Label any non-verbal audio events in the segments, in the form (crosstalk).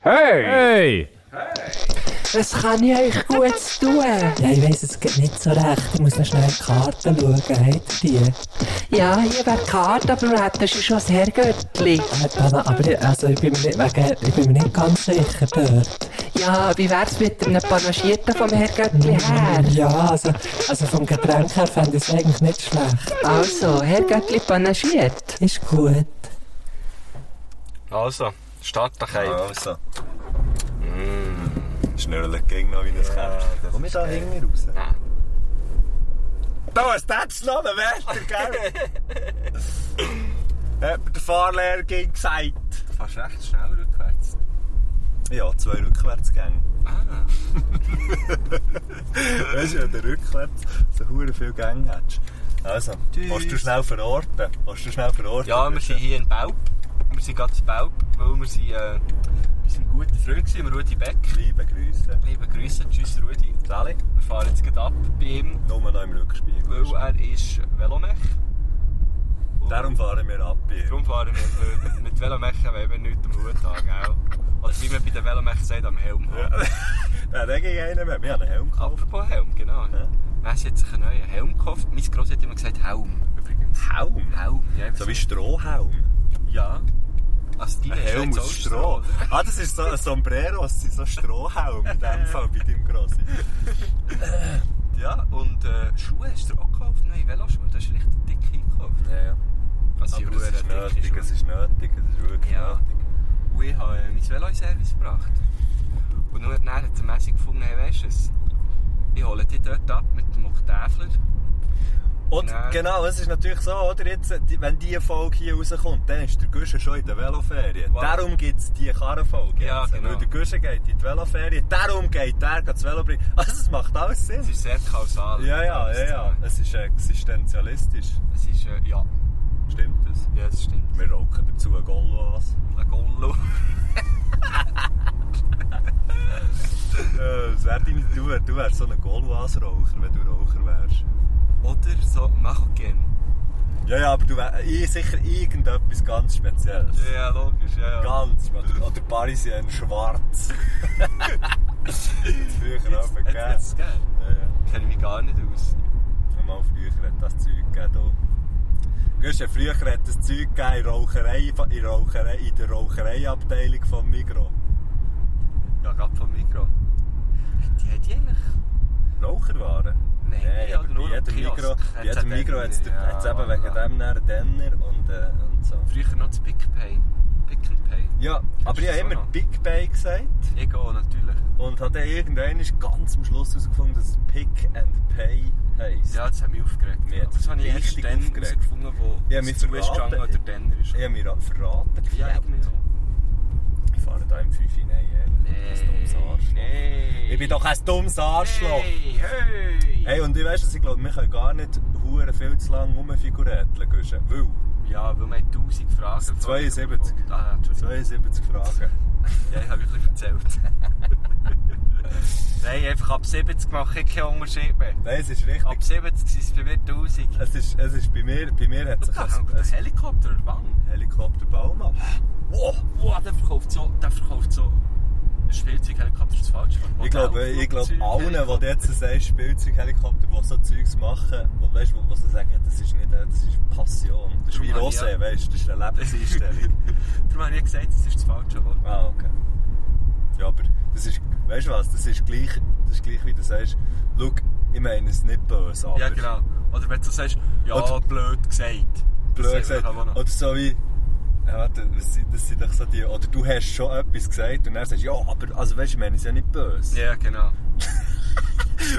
Hey! Hey! Das kann ich euch gut zu tun. Ja, ich weiss es geht nicht so recht. Ich muss noch schnell in die Karten schauen. Habt ihr die? Ja, hier wäre die Karte, aber du hättest schon das Herrgöttli. Äh, Dana, aber ich, also, ich, bin mir nicht, wegen, ich bin mir nicht ganz sicher dort. Ja, wie wär's mit einem Panagierten vom Herrgöttli her? Ja, also, also vom Getränk her fände ich es eigentlich nicht schlecht. Also, Herrgöttli panagiert. Ist gut. Also, start doch ein. Also. Schnurren ging noch wie ein Käppchen. Komm ich da hinten raus? Da ist das noch ein Wetter, gell? Hat mir der Fahrlehrer ging gesagt. Fast recht schnell rückwärts. Ja, zwei Rückwärtsgänge. (laughs) Ah. weißt du, wenn du rückwärts so hure viele Gänge hättest. Also, Tschüss. hast du schnell verorten? Hast du schnell verorten? Ja, wir sind hier in Baub. Wir sind gerade in Baub, weil wir sind, äh, wir sind gute Freunde gewesen, mit Rudi Beck. Liebe Grüße. Liebe Grüße, tschüss Rudi. Sally, Wir fahren jetzt gerade ab bei ihm, nur noch im Rückspiegel. weil er ist Velomech. Und Darum fahren wir ab hier. darum fahren wir weil mit Velomech weil wir nichts am Hut haben. Gell? Oder wie man bei den Velomech sagt, am Helm. (laughs) haben. Ja, da ging einer mit mir einen Helm gekauft. Apropos Helm, genau. Ja. Weiss, hat sich einen neuen Helm gekauft. Mein Gross hat immer gesagt Helm, übrigens. Helm? Helm, ja. So wie Strohhelm. Ja. Also, die Ein Helm aus Stroh. Ah, das ist so ein Sombrero, es sind so Strohhelm in (laughs) dem Fall bei deinem Grossi. Ja, und äh, Schuhe hast du auch gekauft? Nein, Veloschuhe, das ist richtig dick gekauft. Ja, ja. Also, Aber hure es ist dicke nötig, Schuhe. es ist nötig, es ist wirklich Ja. nötig. Und ich habe äh, mein Velo in Service gebracht. Und nur dann hat der Messi gefunden, hey, weißt du es? Ich hole dich dort ab mit dem Oktäfler. Und Nein. genau, es ist natürlich so, oder? Jetzt, die- wenn diese Folge hier rauskommt, dann ist der Guschen schon in der Veloferien. Wow. Darum gibt es diese Karrenfolge. Ja, jetzt. genau. Weil der Guschen geht in die Veloferien, darum geht der das Velo bringen. Also, es macht alles Sinn. Es ist sehr kausal. Ja, ja, ja, ja. Es ist existenzialistisch. Es ist, äh, ja. Stimmt das? Ja, das stimmt. Wir rocken dazu einen Gollo an. Ein Gollo. Äh, Was wär deine Tour? Du wärst so ein Golwas-Raucher, wenn du Raucher wärst. Oder so Machogen. Ja, ja, aber du wärst ich- sicher irgendetwas ganz Spezielles. Ja, ja, logisch, ja, ja. Ganz. Oder, oder Parisien schwarz. Hat's früher auch Jetzt- gegeben. jetzt- jetzt, gell? Ja, ja. Kenne mich gar nicht aus. Mal früher hat das Zeug gegeben. hier. Gusch, ja, früher hat das Zeug gegeben in, Raucherei, in, Raucherei, in der Rauchereiabteilung von Migros. Ja, gerade vom Mikro. Hat die, hat die eigentlich? Raucherwaren? Nein, nee, nee, aber oder nur bei jedem am Kiosk. Migros, bei Hat's jedem auch Migros hat es Denner, ja, eben wegen voilà. dem nachher einen Denner und, äh, und so. Früher noch das Pick Pay. Pick and Pay. Ja, aber ich das habe so immer noch? Big Bay gesagt Ich auch, natürlich. und habe dann irgendwann ist ganz am Schluss herausgefunden, dass es Pick and Pay heisst. Ja, das hat mich aufgeregt. Mich hat's das habe ich erst richtig dann aufgeregt. herausgefunden, wo Ich hab mich es zu ist verraten. gegangen oder dann ist. Ich habe mich ra- verraten. Ja, ich mir auch. Ich fahre da im 5 hinein, ehrlich. Nee. dummes Arschloch. nee. Ich bin doch ein dummes Arschloch. Hey, hey. Hey, und ich weiss, dass ich glaube, wir können gar nicht hure viel zu lange rumfigurieren, Guschen. Weil Ja, weil man hat 1000 Fragen. 72. Ah, Entschuldigung. 72 Fragen. Ja, ich habe wirklich erzählt. (laughs) Nein, einfach ab 70 mache ich keinen Unterschied mehr. Nein, es ist richtig. Ab 70 sind es bei mir 1000. Es ist, es ist bei mir, bei mir hat sich Da hängt ein ein, Helikopter an der Wand. ein Helikopterbaum ab. Wow, wow, der verkauft so, der verkauft so Spielzeughelikopter ist falsch. Ich glaube, ich glaube (laughs) allen, die jetzt sagen, Spielzeughelikopter, die so Zeugs machen, wo, weißt, wo, wo sie sagen, das ist nicht, das ist Passion. Das ist Darum wie habe ich Rosé, ja- weißt, das ist eine Lebenseinstellung. (laughs) Darum habe ich gesagt, das ist das falsche Wort. ah, okay. Ja, aber das ist, weißt du was, das ist gleich, das ist gleich wie du sagst, schau, ich meine es nicht böse, aber Ja, genau. Oder wenn du sagst, ja, Oder- blöd gesagt. blöd Das sagt gesagt. man auch noch. Oder so wie, ja, warte, das sind, das sind doch so die, oder du hast schon etwas gesagt und dann sagst du, ja, aber, also weißt du, ich meine es ja nicht böse. Ja, genau.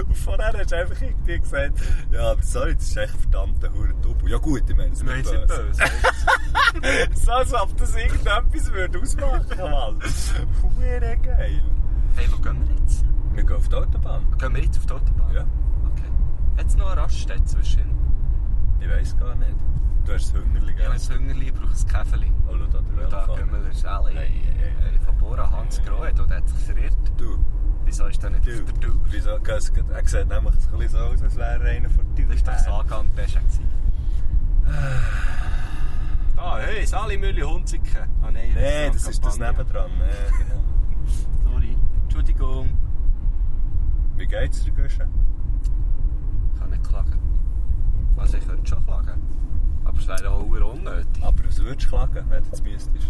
Und vorher hast du einfach irgendwie gesagt, ja, aber sorry, das ist echt verdammt ein verdammter Hurentuppel. Ja gut, ich meine, es Ich meine, ist es nicht böse. böse. (laughs) So, als ob das irgendetwas würde ausmachen würde. Hure geil. hey, wo gehen wir jetzt? Wir gehen auf die Autobahn. Gehen wir jetzt auf die Autobahn? Ja. Okay. Hat es noch eine Raststätte zwischen? Ich weiss gar nicht. Du hast ein Hüngerli, Ja, gell? wenn es Hungerli braucht, es Käferli. Oh, schau da, der Da Velofahrer. gehen wir Schelle. Hey, hey, hey. Von Bora Hans Grohe, der hat sich verirrt. Du, Wieso ist der nicht du, auf der Tour? wieso? gehst du- Er sieht nämlich ein bisschen so aus, als wäre er einer von der Tür. Das ist doch Sagan Pesche. Ah, hey, Salimülli Hunziken. Ah, nein, Nein, das ist das Ah, Campagna. nebendran. Nee, genau. jetzt der Guschen? Ich kann nicht klagen. Also ich könnte schon klagen. Aber es wäre auch verdammt unnötig. Aber was würdest du klagen, wenn du jetzt müsstest?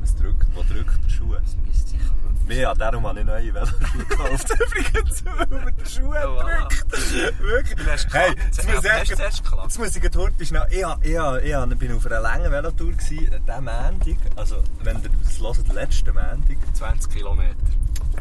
Was drückt, wo drückt der Schuh? Das müsste ich am Ja, darum habe ich neue (laughs) Veloschuhe gekauft. Übrigens, über den Schuh Voilà. drückt. Wirklich. Du hast Hey, geklappt. jetzt Aber muss ich hast du echt- zuerst geklappt? jetzt muss ich gerade heute schnell... Ich, hab- ich, hab- ich, hab- ich bin auf einer langen Velotour, gewesen, diesen Montag. Also, wenn ihr das hört, letzten Montag. 20 Kilometer.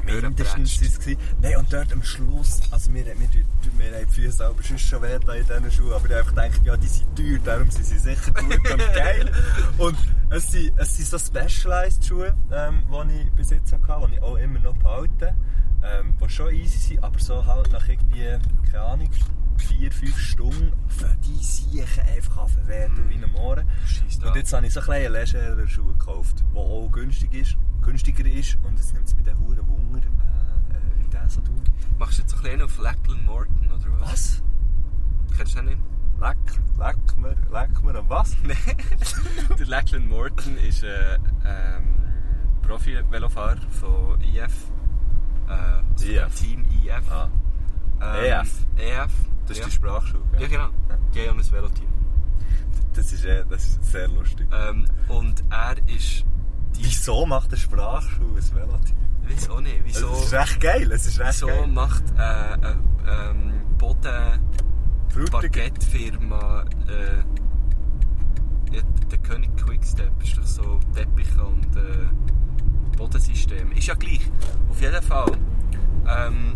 Mindestens war es. gewesen. Nein, und dort am Schluss, also wir, wir, wir, wir haben die Füße aber sonst schon weh da in diesen Schuhen, aber ich habe einfach gedacht, ja, die sind teuer, darum sind sie sicher gut und geil. Und es sind, es sind so Specialized-Schuhe, ähm, die ich bis jetzt hatte, die ich auch immer noch behalte, ähm, die schon easy sind, aber so halt nach irgendwie, keine Ahnung, vier, fünf Stunden für die Siechen einfach auf den Wert und wie am Ohren. Scheiss da. Und jetzt habe ich so kleine legerere Schuhe gekauft, die auch günstig ist, günstiger ist. Und jetzt nimmt es mit den Huren Wunder, äh, wie der so tut. Machst du jetzt so ein bisschen auf Lackle Morton oder was? Kennst du den nicht? Leck, leck mir, leck mir an was? (laughs) Der Lachlan Morton eh, ist ein ähm, Profi-Velofahrer von IF. Äh, also IF. vom Team IF. Ah, Dus Ähm, EF. EF. das ist ja. die Sprachschule. Ja, genau. Die haben ein Veloteam. Das ist, äh, das ist sehr lustig. Ähm, und er ist. Die, Wieso macht eine Sprachschule ein Veloteam? ich weiß auch nicht, Also, oh wieso, Es ist echt geil, es ist echt wieso geil. macht äh, äh, ähm, Boden. Frutig. Baguette-Firma, äh, ja, der König Quickstep ist doch so Teppiche und äh, Bodensystem. Ist ja gleich. Auf jeden Fall ähm,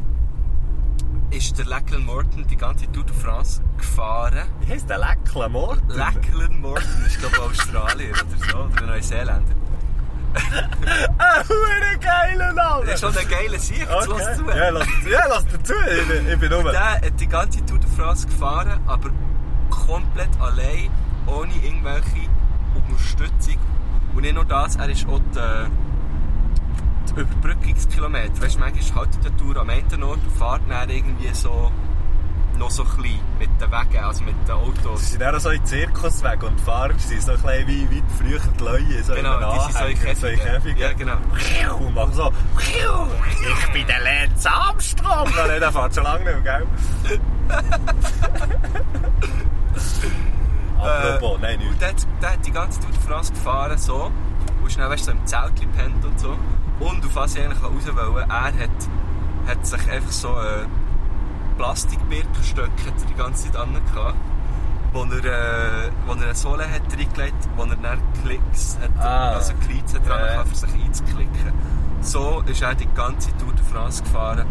ist der Lachlan Morton die ganze Tour de France gefahren. Wie heisst der Leckler Morten? Lachlan Morton ist glaube ich Australier oder so, oder Neuseeländer. Ah, verdammt geiler Das Name! ist schon ein geiler Sieg, jetzt Okay. lass zu. Ja, lass, ja, lass dazu, ich bin, ich bin rum. Der hat die ganze Tour de France gefahren, aber komplett allein, ohne irgendwelche Unterstützung. Und nicht nur das, er ist auch die, die Überbrückungskilometer. Weißt du, manchmal haltet die Tour am einen Ort und fahrt dann irgendwie so noch so klein mit den Wegen, also mit den Sie Autos. sind auch so in den Zirkus weg und fahren sie so ein bisschen wie, wie die früher die Leute, so in Genau, einem die sind so in Anhänger, so in Käfigen. Ja, Käfigen. genau. Und machen so, ich bin der Lenz Armstrong. Nein, der fährt schon lange nicht mehr, gell? (laughs) Apropos, nein, Äh, Und nicht. der, hat- der hat die ganze Tour de France gefahren, so. Und schnell, weißt du, so im Zelt gepennt und so. Und auf was ich eigentlich raus wollte, er hat, hat sich einfach so äh, Plastikbirkenstöcke hat er die ganze Zeit an gehabt. Wo er, äh, wo er eine Sohle hat reingelegt, wo er dann Klicks hat, Ah. also Glieds hat dran Ja, ja. gehabt, für sich einzuklicken. So ist er die ganze Tour de France gefahren.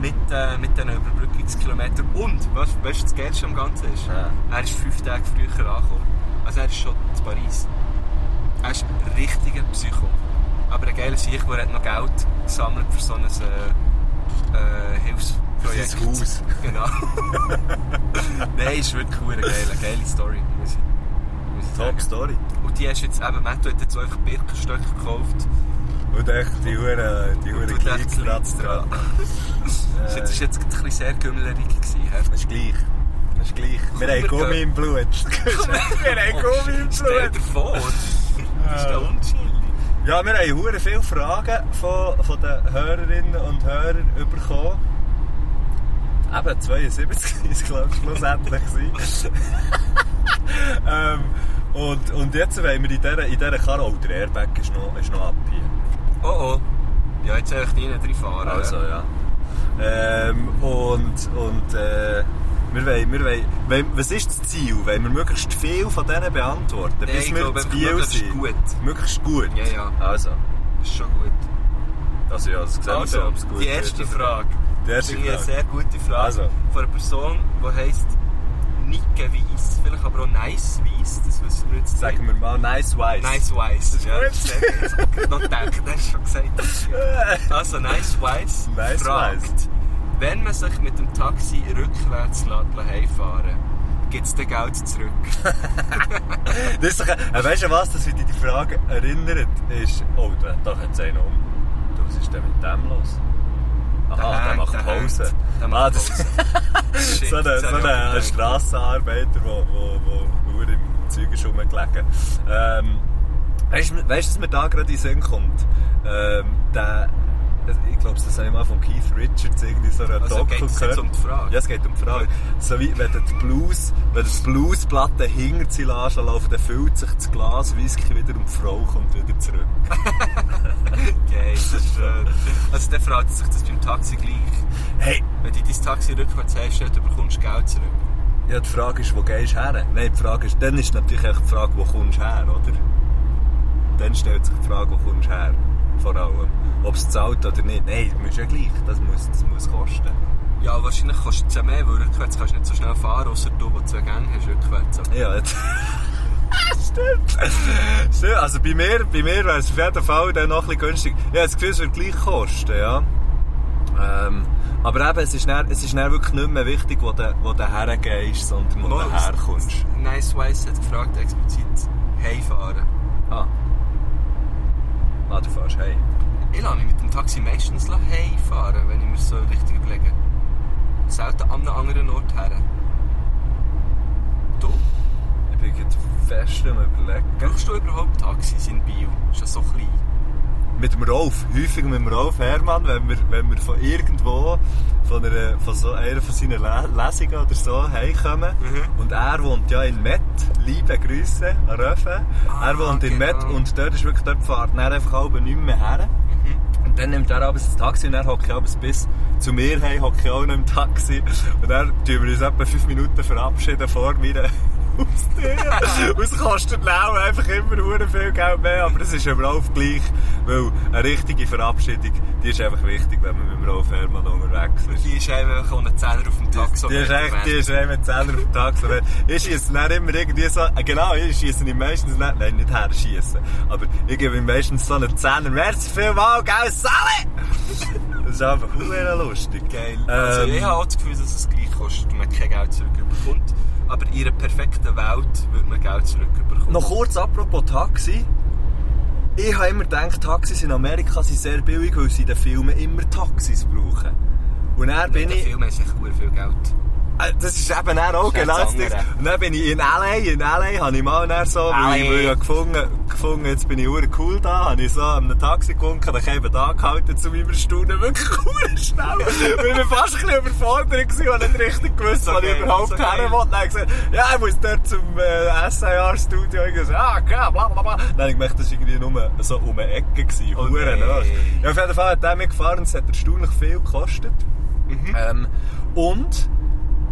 Mit, äh, mit diesen Überbrückungskilometern. Und, weißt du, was das Geilste am Ganzen ist? Ja. Er ist fünf Tage früher angekommen. Also er ist schon in Paris. Er ist ein richtiger Psycho. Aber ein geiler Sieg, der hat noch Geld gesammelt für so ein äh, äh, Hilfsprojekt. Sein Haus. Genau. (laughs) Nein, ist wirklich cool, geil. Eine geile Story, muss ich, muss ich Top sagen. Story. Und die hast jetzt eben, Matthew hat jetzt einfach Birkenstöcke gekauft. Äh, Und echt die Huren, die Huren Äh, Und tut echt Glieds Gleitstratzen dran. Das Äh, war jetzt gerade ein bisschen sehr gümmlerig. gewesen, Herr. Das ist gleich. Das ist gleich. Wir haben Komm, wir Gummi gehen. im (laughs) Blut. Wir haben Oh, Gummi im Stell Blut. dir vor, das (laughs) Äh. ist der unschuldig. Ja, wir haben hure viele Fragen von, von den Hörerinnen und Hörern bekommen. Eben, 72 (laughs) ist glaube ich schlussendlich. gewesen. (laughs) ähm, und, und jetzt wollen wir in dieser, in dieser Karre... Oh, der Airbag ist noch, ist noch ab hier. Oh oh. Ja, jetzt soll ich nie reinfahren. Also, ja. Ähm, und... und äh, wir wollen, wir wollen, wollen- was ist das Ziel? Wollen wir möglichst viel von denen beantworten, Nein, bis ich wir glaube, zu einfach Biel möglichst sind? gut. Möglichst gut? Ja, ja. Also, Das ist schon gut. also ja, das sehen wir so, ob's gut die wird erste oder nicht. Frage. Die erste Finde ich Frage. eine sehr gute Frage. Also. Von einer Person, die heisst Nicke Weiss, vielleicht aber auch Nice Weiss, das wissen wir jetzt Sagen wir mal nice wise. nicht. (laughs) Nice Weiss. Ja, gut. das ist sehr- das hab ich noch gedacht, das hast du schon gesagt. Also, Nice Weiss Nice fragt, Weiss. wenn man sich mit dem Taxi rückwärts lässt, heimfahren gibt es dann Geld (laughs) zurück? Das ist doch, äh, weißt du was, das mich an die Frage erinnert, ist, oh, da, da kommt es einen um. Du, was ist denn mit dem los? Aha, der, hängt, macht Pause. hängt. Der ah, macht das (laughs) Pause. ist Shit, so ein das hab so ich auch ein- ein gedacht. Strassenarbeiter, der wo, wo, nur im Zeug ist rumgelegen. Ähm, weißt du, weißt du, was mir da gerade in den Sinn kommt? Ähm, der, ich glaube, das habe ich mal von Keith Richards irgendwie so eine Also Doku geht's jetzt gehört. um die Frage? Ja, es geht um die Frage. So wie wenn du die Blues, wenn du die Bluesplatte hinter sie lässt, laufen, dann füllt sich das Glas Whisky wieder und die Frau kommt wieder zurück. Geil, das ist schön. Also dann fragt sich das beim Taxi gleich. Hey, Wenn du dein Taxi rückwärts herstellst, dann bekommst du Geld zurück. ja, die Frage ist, wo gehst du her? Nein, die Frage ist, dann ist natürlich echt die Frage, wo kommst du her, oder? Dann stellt sich die Frage, wo kommst du her? Vor allem. Ob es zahlt oder nicht. Nein, das muss ja gleich. Das muss, das muss kosten. Ja, wahrscheinlich kostet es ja mehr, weil rückwärts kannst du nicht so schnell fahren, außer du, der zwei Gänge hast, rückwärts. Aber Ja, jetzt. (laughs) Stimmt. Stimmt. Also bei mir, bei mir wäre es auf jeden Fall dann noch ein bisschen günstig. Ja, das Gefühl, es würde gleich kosten, ja. Ähm, aber eben, es ist, dann, es ist dann wirklich nicht mehr wichtig, wo du, wo du hergehst, sondern wo Mal, du herkommst. Nice Weiss hat gefragt, explizit heimfahren. Ah. Ah, du fährst hey. Ich lasse mich mit dem Taxi meistens heimfahren, wenn ich mir so richtig überlege. Selten an einem anderen Ort her. Du? Ich bin gerade fest am überlegen. Brauchst du überhaupt Taxis in Bio? Ist das so klein? Mit dem Rolf, häufig mit dem Rolf Hermann, wenn wir, wenn wir von irgendwo, von, einer, von so einer von seinen Le- Lesungen oder so, heimkommen. Mhm. Und er wohnt ja in Met, liebe Grüße an Röfe. Ah, er wohnt in genau. Met und dort ist wirklich, dort fährt er einfach halb nicht mehr her. Und dann nimmt er abends das Taxi und dann hocke ich abends bis zu mir hey hocke ich auch noch im Taxi. Und dann tun wir uns etwa fünf Minuten verabschieden vor mir. (laughs) Es kostet auch einfach immer hure viel Geld mehr, aber es ist im Rauf gleich, weil eine richtige Verabschiedung, die ist einfach wichtig, wenn man mit dem Rauf Hermann unterwegs ist. Die ist einfach ohne Zehner auf dem Taxi. Die ist echt, die ist echt mit Zähler auf den Tag. So, wenn- ich schiesse dann immer irgendwie so, äh, genau, ich schiesse ihn meistens nicht, nein, nicht her schiessen, aber ich gebe ihm meistens so einen Zehner. Merci vielmals, gell, Sally! (laughs) Das ist einfach sehr lustig. Ähm, Geil. Also ich habe auch das Gefühl, dass es gleich kostet und man kein Geld zurückbekommt. Aber in einer perfekten Welt würde man Geld zurückbekommen. Noch kurz apropos Taxi. Ich habe immer gedacht, Taxis in Amerika sind sehr billig, weil sie in den Filmen immer Taxis brauchen. Und dann bin ich... Viel mehr ist echt hure viel Geld. Äh, Das ist eben dann auch Das ist genau das das Ding. andere. Und dann bin ich in L.A., in L.A. habe ich mal dann so, LA. weil ich weil ich ja gefunden, gefunden, jetzt bin ich hure cool da, habe ich so an einem Taxi gewunken, dann eben da gehalten, zu meinem Staunen, wirklich cool schnell. weil ich war fast ein bisschen überfordert gewesen, und nicht richtig gewusst, So was ich geil, überhaupt so so her geil. wollte. Dann habe ich gesagt, ja, ich muss dort zum äh, SAR-Studio, ich so, ah, okay, bla bla bla. Dann habe ich gemerkt, das war irgendwie nur so um eine Ecke gewesen, Oh hure nein. nah. Ja, auf jeden Fall hat der mir gefahren, es hat erstaunlich viel gekostet. Ähm, und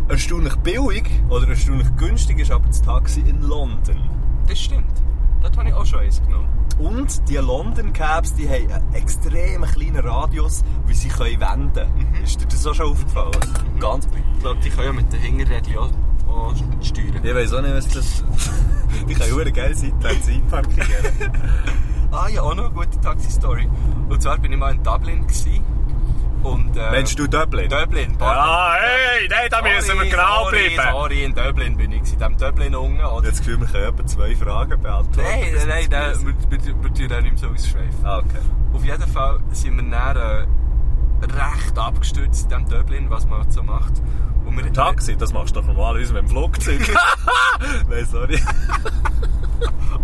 erstaunlich billig oder erstaunlich günstig ist aber das Taxi in London. Das stimmt. Dort habe ich auch schon eins genommen. Und die London Cabs die haben einen extrem kleinen Radius, wie sie können wenden können. Ist dir das auch schon aufgefallen? Ganz Ich glaube, die können ja mit den Hinterrädchen auch, auch steuern. Ich weiß auch nicht, was das. (laughs) die können auch geil seitwärts einparkieren. Ah ja, auch noch eine gute Taxi-Story. Und zwar bin ich mal in Dublin. Gewesen. Und, äh, Meinst du Dublin? Dublin, Ah, hey, nein, da Sorry, müssen wir genau sorry, bleiben. Sorry, in Dublin bin ich. In diesem Dublin unten. Ich habe Oder? das Gefühl, wir können etwa zwei Fragen beantworten. Nein, bis nein, wir nein, zu wir, müssen. wir, wir, wir tun auch nicht mehr so ausschweifen. Ah, okay. Auf jeden Fall sind wir dann äh, recht abgestürzt in diesem Dublin, was man halt so macht. Und wir, Taxi, das machst du doch normalerweise mit (laughs) dem Flugzeug. nein, sorry.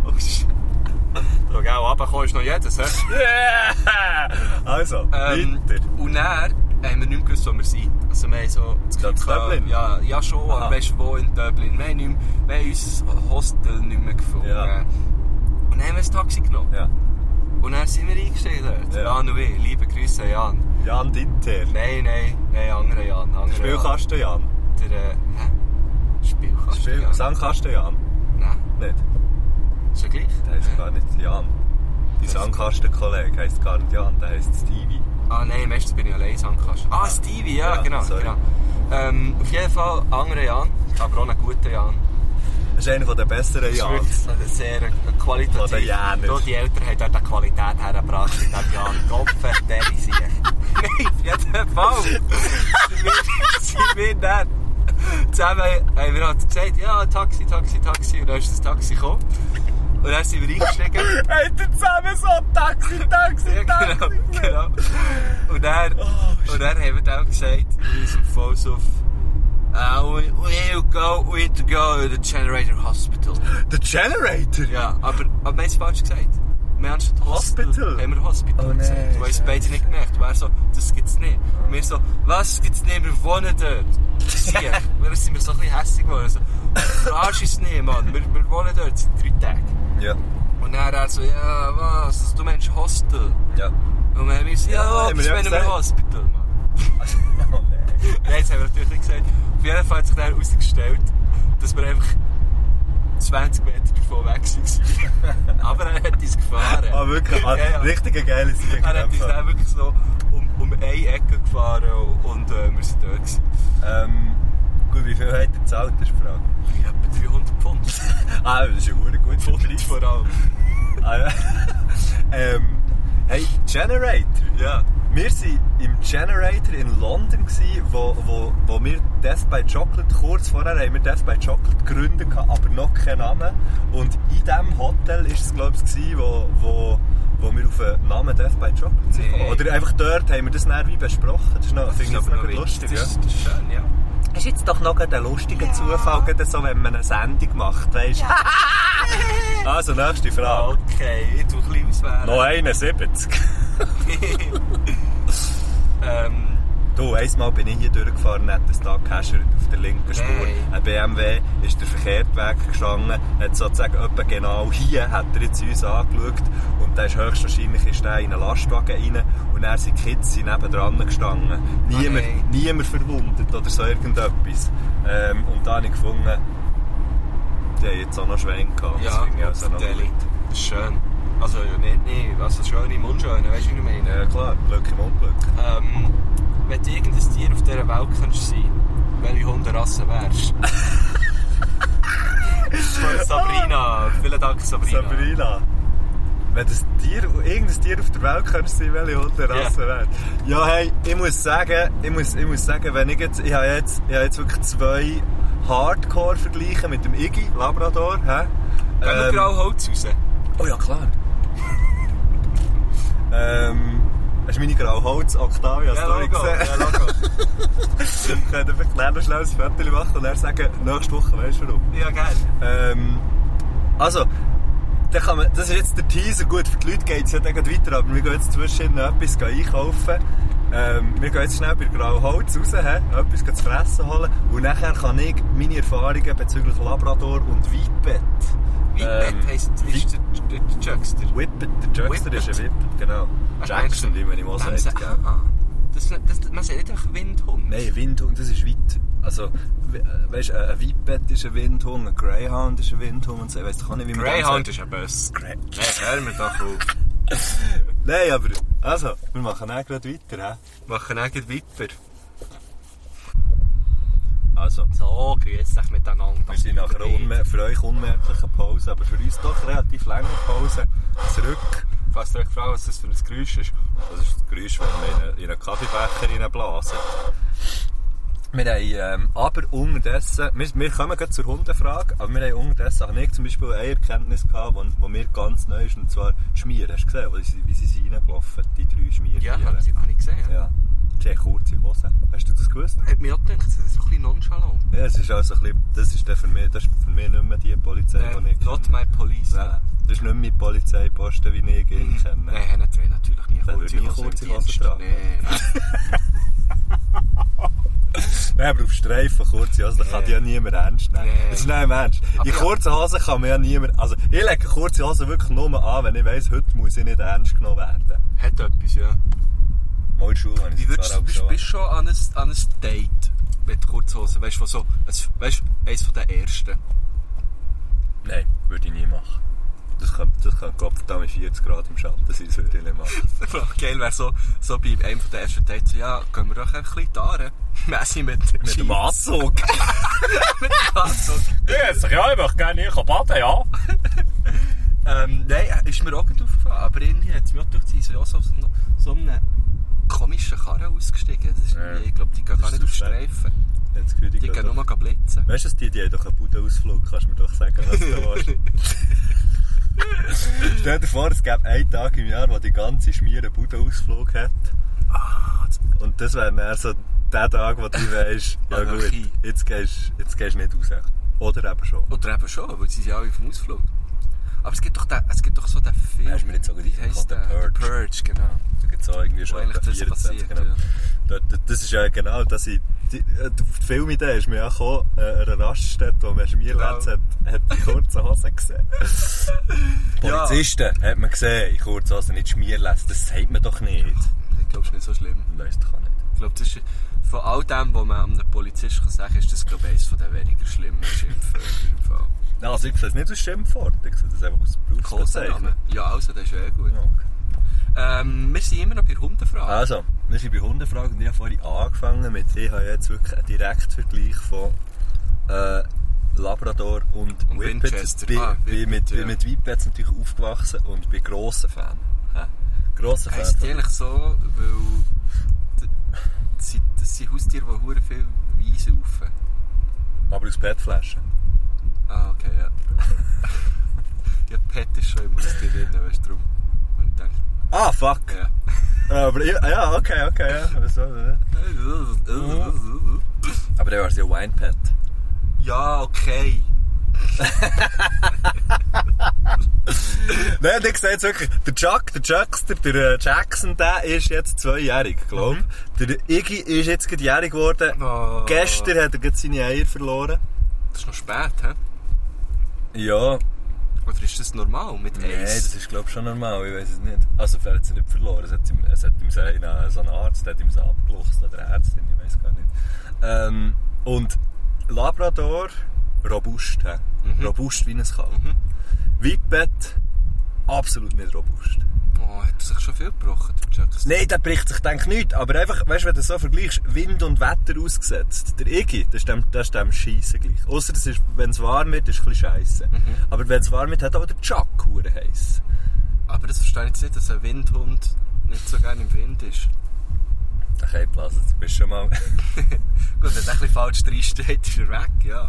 Oh, shit. Schau, gell, runterkommen ist noch jedes, hä? Yeah! Also, (laughs) Ähm, weiter. und dann haben wir nicht mehr gewusst, wo wir sind. Also wir haben so das Ja, in gehabt, Dublin? Ja, ja schon, Aha. aber weißt du wo in Dublin? Wir haben, nicht mehr, wir haben unser Hostel nicht mehr gefunden. Ja. Und dann haben wir ein Taxi genommen. Ja. Und dann sind wir eingestiegen dort. Ja. Jan und ich. Liebe Grüße, Jan. Jan Dinter. Nein, nein, nein, anderer Jan. Anderer Spielkasten Jan. Jan. Der, äh, hä? Spielkasten. Spiel Jan. Sandkasten Jan. Nein, Nicht? ist ja gleich. Der heisst gar nicht Jan. Dein Sandkastenkollege heisst gar nicht Jan, der heisst Stevie. Ah nein, meistens bin ich allein Sandkasten. Ah, Stevie, ja, Ja, genau. sorry. genau. Ähm, auf jeden Fall anderer Jan, aber auch ein guter Jan. Das ist einer der besseren Das ist Jans. wirklich ein sehr ein Oder qualitativ. Jäner. Nur die Eltern haben dort eine Qualität hergebracht in diesem Jahr. Kopf, der ist (laughs) Nein, auf jeden Fall. (laughs) sind wir- sind wir dann zusammen haben wir halt gesagt, ja, Taxi, Taxi, Taxi. Und dann ist das Taxi gekommen. Und dann sind wir eingestiegen. (laughs) Hey, zusammen so Taxi, Taxi, Ja, genau, genau. Und dann, und dann haben wir dann gesagt, in unserem Vollsuff, uh, we, we'll go, we need to go to the Generator Hospital. Der Generator? Ja, aber, aber wir haben es falsch gesagt. Wir haben statt Hostel, Hospital? haben wir Hospital Oh nein, gesagt. Weil es beide nicht gemerkt Wer so, das gibt's nicht. Und wir so, was gibt's nicht, wir wohnen dort. Sieh, wir sind wir so ein bisschen hässlich geworden. So, verarsch uns nicht, Mann. Wir, wir wohnen dort seit drei Tagen. Ja. Und dann er so, ja, was, du meinst Hostel? Ja. Und wir haben gesagt, ja, Ja, haben das wir ja meinen wir gesagt. Hospital, Mann. Oh nein. Nein, das haben wir natürlich nicht gesagt. Auf jeden Fall hat sich dann herausgestellt, dass wir einfach 20 Meter davon weg (laughs) waren. Aber er hat uns gefahren. (laughs) Ah, wirklich? Ah, Ja, Ah, ja. Richtig ein geiles Ding. Er hat uns dann wirklich so um, um eine Ecke gefahren und äh, wir sind dort. Gewesen. Ähm, gut, wie viel hat er gezahlt, ist die Frage. (laughs) Ich habe etwa 300 Pfund. Ah, das ist ja verdammt gut für Pfund vor allem. Ah, ja. (laughs) ähm, hey, Generator. Ja. Wir waren im Generator in London, gsi, wo, wo, wo wir Death by Chocolate, kurz vorher haben wir Death by Chocolate gegründet, gehabt, aber noch keinen Namen. Und in diesem Hotel war es, glaube ich, gsi, wo, wo, wo wir auf den Namen Death by Chocolate sind. Nee. gekommen. Oder einfach dort haben wir das näher wie besprochen. Das ist noch, das Das finde ich ist jetzt aber noch noch lustig. Das gerade lustig. Ja. ist, das ist schön, ja. ist jetzt doch noch gerade ein lustiger Zufall, gerade so, wenn man eine Sendung macht, weißt du? (laughs) also, nächste Frage. Okay, ich tue ein bisschen auswählen. Noch 71. ähm, Du, einmal bin ich hier durchgefahren, hat das da gehäschert auf der linken Spur. Nein. Ein BMW ist der Verkehrtweg gestanden, hat sozusagen etwa genau hier, hat er jetzt uns angeschaut und dann ist höchstwahrscheinlich ist der in einen Lastwagen rein und dann sind die Kids sind nebendran gestanden. Niemand, nein. niemand verwundet oder so irgendetwas. Ähm, und da habe ich gefunden, die haben jetzt auch noch Schwein gehabt. Das ja, finde ich also noch Deli. Das ist schön. Also, ja, nicht, nicht. Also, schön im Unschönen, weißt du, wie ich meine? Ja klar, Glück im Unglück. Ähm, wenn du irgendein Tier auf dieser Welt könntest sein, welche Hunderasse wärst (laughs) Von Sabrina. Vielen Dank, Sabrina. Sabrina. Wenn das Tier, irgendein Tier auf der Welt könntest sein, welche Hunderasse Ja. wäre. Ja, hey, ich muss sagen, ich muss, ich muss sagen, wenn ich jetzt, ich habe jetzt, ich habe jetzt wirklich zwei Hardcore-Vergleiche mit dem Iggy, Labrador, Gehen hä? wir Ähm, grau Holz raus. Oh ja, klar. ähm, hast du meine Grauholz Octavia Ja, Story Logo. gesehen? Ja, Logo. (laughs) Ich könnte einfach gleich noch schnell ein Foto machen und dann sagen, nächste Woche, weißt du warum? Ja, geil. Ähm, also, da kann man, das ist jetzt der Teaser. Gut, für die Leute geht es ja dann gleich weiter, aber wir gehen jetzt zwischen noch etwas gehen einkaufen. Ähm, wir gehen jetzt schnell bei Grauholz raus, he, etwas gehen zu fressen holen und nachher kann ich meine Erfahrungen bezüglich Labrador und Whippet. Whippet Ähm, heisst ist der, der, der Juckster. Whippet, der Jackson Whippet. ist ein Whippet, genau. Ach, Jackson, wie man ihm auch Dem sagt. sagt- gell. Ah, Das, das, man sagt nicht einfach Windhund. Nein, ein Windhund, das ist weit. Also, we- äh, weißt du, ein Whippet ist ein Windhund, ein Greyhound ist ein Windhund und so. Ich weiss doch auch nicht, wie man dem Greyhound sagt. ist ein Böss. Grey- Nein, hör mir doch auf. (laughs) Nein, aber also, wir machen auch gerade weiter. Machen eigentlich weiter. He? Also, So, grüß dich miteinander. wir sind nach einer unmer- für euch unmerklichen Pause, aber für uns doch relativ lange Pause zurück. Falls ihr euch fragt, was das für ein Geräusch ist. Das ist das Geräusch, wenn man in einen, in einen Kaffeebecher reinblasen. Wir haben ähm, aber unterdessen, wir, wir kommen gerade zur Hundefrage, aber wir haben unterdessen auch nicht zum Beispiel eine Erkenntnis gehabt, die wo mir ganz neu ist, und zwar die Schmier. Hast du gesehen, wie sie, wie sie sind reingelaufen, die drei Schmier? Ja, habe ich, hab ich gesehen. Ja. ja. Sie haben kurze Hosen. Hast du das gewusst? Hat mir auch gedacht, das ist ein bisschen nonchalant. Ja, es ist also ein bisschen, das ist dann für mich, das ist für mich nicht mehr die Polizei, die ich Äh, not my police. Nein, das ist nicht mehr die Polizeiposten, wie ich ihn kenne. Mhm. Nein, haben zwei natürlich ne? nie Dann würde ich kurze Hose tragen. Nein, Nein, aber auf Streifen kurze Hosen, da kann die ja niemand ernst nehmen. Nee. Das ist nicht ernst. Aber In ja. kurzen Hosen kann man ja niemand... Also, ich lege kurze Hosen wirklich nur an, wenn ich weiss, heute muss ich nicht ernst genommen werden. hat etwas, ja. Mal in die Schule habe ich Wie es würdest du, zwar auch bist, schon. bist schon an ein, an ein Date mit Kurzhosen? Weißt du, von so, ein- weißt du, eines von den ersten. (laughs) Nein, würde ich nie machen. Das könnte, das könnte Gott verdammt 40 Grad im Schatten sein, das würde ich nicht machen. Geil wäre so, so bei einem von den ersten Dates, so, ja, gehen wir doch ein bisschen (laughs) da. Messi mit, Mit dem Anzug? (laughs) Anzug. Ja, jetzt, ja, ich möchte gerne hier baden, ja. Ähm, nein, ist mir auch nicht aufgefallen, aber irgendwie hat es mir auch gedacht, sie sind ja so, so, so einen komischen Karren ausgestiegen. Das ist, irgendwie- Ich glaube, die gehen gar Das nicht ist auf super. Streifen. Jetzt gehört Die gehen nur blitzen. Weißt du, dass die, die haben doch einen Budenausflug, kannst du mir doch sagen, was du (laughs) willst. Stell dir vor, es gäbe einen Tag im Jahr, wo die ganze Schmier einen Budenausflug hat. Ah, Und das wäre dann so der (laughs) Tag, wo du weisst, ja gut, Anarchie. jetzt gehst du jetzt gehst du nicht raus. Oder eben schon. Oder eben schon, weil sie sind ja alle auf dem Ausflug. Aber es gibt doch, den, es gibt doch so den Film. Hast du mir jetzt sogar wie gesagt, heisst The der? Purge. The Purge, genau. Da gibt's auch irgendwie schon eigentlich etwa das passiert, genau. ja. Da- da- Das ist ja genau, dass ich, die, äh, auf die Filmidee ist mir ja gekommen, äh, an einer Raststätte, wo man Schmierletz hat, hat die kurzen Hosen gesehen. Polizisten hat man gesehen, in kurzen Hosen, nicht Schmierletz, das sagt man doch nicht. Ich glaube, es ist nicht so schlimm. Nein, das kann nicht. Ich glaube, das ist, von all dem, was man einem Polizisten kann sagen kann, ist das, glaube ich, eines der weniger schlimmen Schimpfwörter im (laughs) Fall. Nein, also ich sehe es nicht als Schimpfwort, ich sehe das einfach als Berufsbezeichnung. Kosenamen. Ja, also, das ist eh gut. Ja, okay. Ähm, wir sind immer noch bei der Hundenfrage. Also, wir sind bei Hundefragen und ich habe vorhin angefangen mit, ich habe jetzt wirklich einen Direktvergleich von äh, Labrador und, Und Whippets. Winchester. Bin, Ah, bin mit, Whippet, bin ja. mit Whippets natürlich aufgewachsen und bin grosser Fan. Hä? Grosser Fan. Heißt von- die eigentlich so, weil d- das sind- das sind Haustiere, die hure viel Wein saufen. Aber aus Bettflaschen. Ah, okay, ja. (laughs) ja, Pet ist schon immer das Tier drin, weißt du, drum. Und ich denke, Ah, fuck! (laughs) Ah, ja. Aber ich, ja, okay, okay, (laughs) ja. Aber, so, ne? Aber der war ja Winepet. Ja, okay. Nein, der sieht wirklich, der Chuck, der Chuckster, der äh, Jackson, der ist jetzt zweijährig, Mhm. glaube ich. Der Iggy ist jetzt gerade jährig geworden. Oh. Gestern hat er gerade seine Eier verloren. Das ist noch spät, hä? Ja, Oder ist das normal mit Nein, das Eis? ist glaube ich schon normal, ich weiß es nicht. Also vielleicht hat sie nicht verloren, es hat ihm, es hat ihm so einen, so einen Arzt, der hat ihm so abgeluchst, oder eine Ärztin, ich weiß gar nicht. Ähm, und Labrador, robust, hä? robust wie ein Kalb. Mhm. absolut nicht robust. Oh, hat er sich schon viel gebrochen, der Jackson? Nein, der bricht sich denk nicht, aber einfach, weißt du, wenn du so vergleichst, Wind und Wetter ausgesetzt, der Iggy, das ist dem, das ist dem Scheisse gleich. Außer wenn es warm wird, ist es ein bisschen scheisse. Aber wenn es warm wird, hat auch der Chuck hure heiß. Aber das verstehe ich jetzt nicht, dass ein Windhund nicht so gerne im Wind ist. Okay, Blasen, du bist schon (laughs) mal... Gut, wenn es ein bisschen falsch drinsteht, ist er weg, ja.